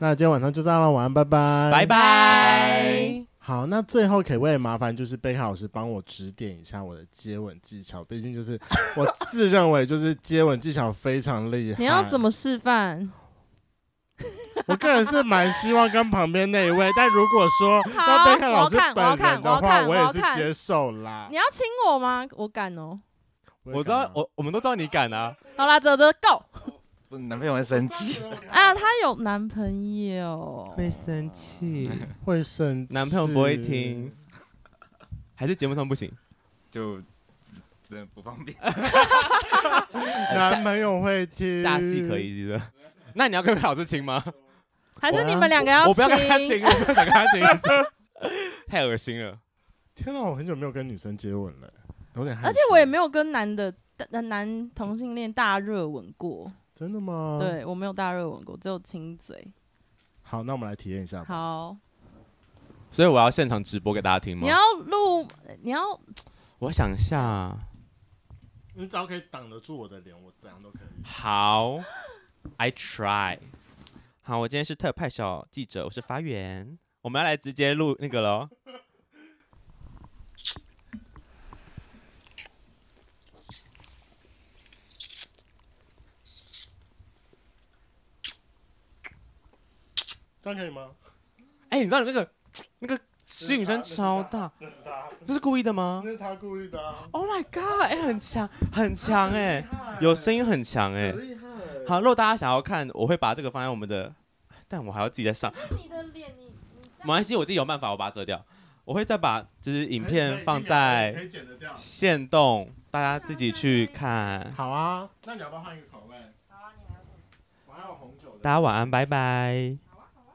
Speaker 2: 那今天晚上就这样了，晚安，拜拜，
Speaker 1: 拜拜
Speaker 3: 拜。
Speaker 2: 好，那最后可不可以麻烦就是贝卡老师帮我指点一下我的接吻技巧？毕竟就是 我自认为就是接吻技巧非常厉害。
Speaker 3: 你
Speaker 1: 啊
Speaker 3: 要怎？么示范？
Speaker 2: 我个人是蛮希望跟旁边那一位，但如果说那贝卡老师
Speaker 3: 我要看
Speaker 2: 本人的
Speaker 3: 我要看
Speaker 2: 话，
Speaker 3: 我
Speaker 2: 也
Speaker 3: 要
Speaker 2: 是
Speaker 3: 看
Speaker 2: 接受啦
Speaker 3: 你。要亲我吗？我敢哦。
Speaker 1: 我知道，我我们都知道你敢啊。
Speaker 3: 好啦，泽泽 go
Speaker 4: 男朋友会生气，
Speaker 3: 啊！她有男朋友，
Speaker 1: 会生气，
Speaker 2: 会生气，
Speaker 1: 男朋友不会听，还是节目上不行？
Speaker 4: 就真的不方便。
Speaker 3: 呃
Speaker 2: 男朋友会听，
Speaker 1: 下戏可。以是不是？那你要跟老师亲吗？
Speaker 3: 还是你们两个要
Speaker 1: 我不要跟他
Speaker 3: 亲
Speaker 1: 亲，？我不要想跟他亲，太恶心了。
Speaker 2: 天哪，我很久没有跟女生接吻了，有点害羞。
Speaker 3: 呃而且我也没有跟男的男男同性恋大热吻过，
Speaker 2: 真的吗？，
Speaker 3: 对我没有大热吻过，只有亲嘴。
Speaker 2: 好，那我们来体验一下吧。
Speaker 3: 好，
Speaker 1: 所以我要现场直播给大家听吗
Speaker 3: 你要？录，你要
Speaker 1: 我想一下，
Speaker 2: 你只要可以挡得住我的脸，我怎样都可以。
Speaker 1: 好，I try。好，我今天是特派小记者，我是发源，我们要来直接录那个喽。
Speaker 2: 这样可以吗？
Speaker 1: 哎、你知道你那个那个吸女生超大，
Speaker 2: 那是他，
Speaker 1: 这是故意的吗
Speaker 2: 那是他故意的、啊。
Speaker 1: ？Oh my god！哎、很强，很强哎、
Speaker 2: 害欸
Speaker 1: 有声音很强哎、
Speaker 2: 厉害。欸
Speaker 1: 好，如果大家想要看，我会把这个放在我们的，但我还要自己再上。
Speaker 3: 你的脸，你你
Speaker 1: 没关系，我自己有办法，我把它遮掉。我会再把就是影片放
Speaker 2: 可
Speaker 1: 在
Speaker 2: 以剪得掉。
Speaker 1: 线动，大家自己去看。
Speaker 2: 好啊，那你要不要换一个口味？
Speaker 3: 好啊，你还有什么？
Speaker 2: 我还有红酒的。
Speaker 1: 大家晚安，拜拜。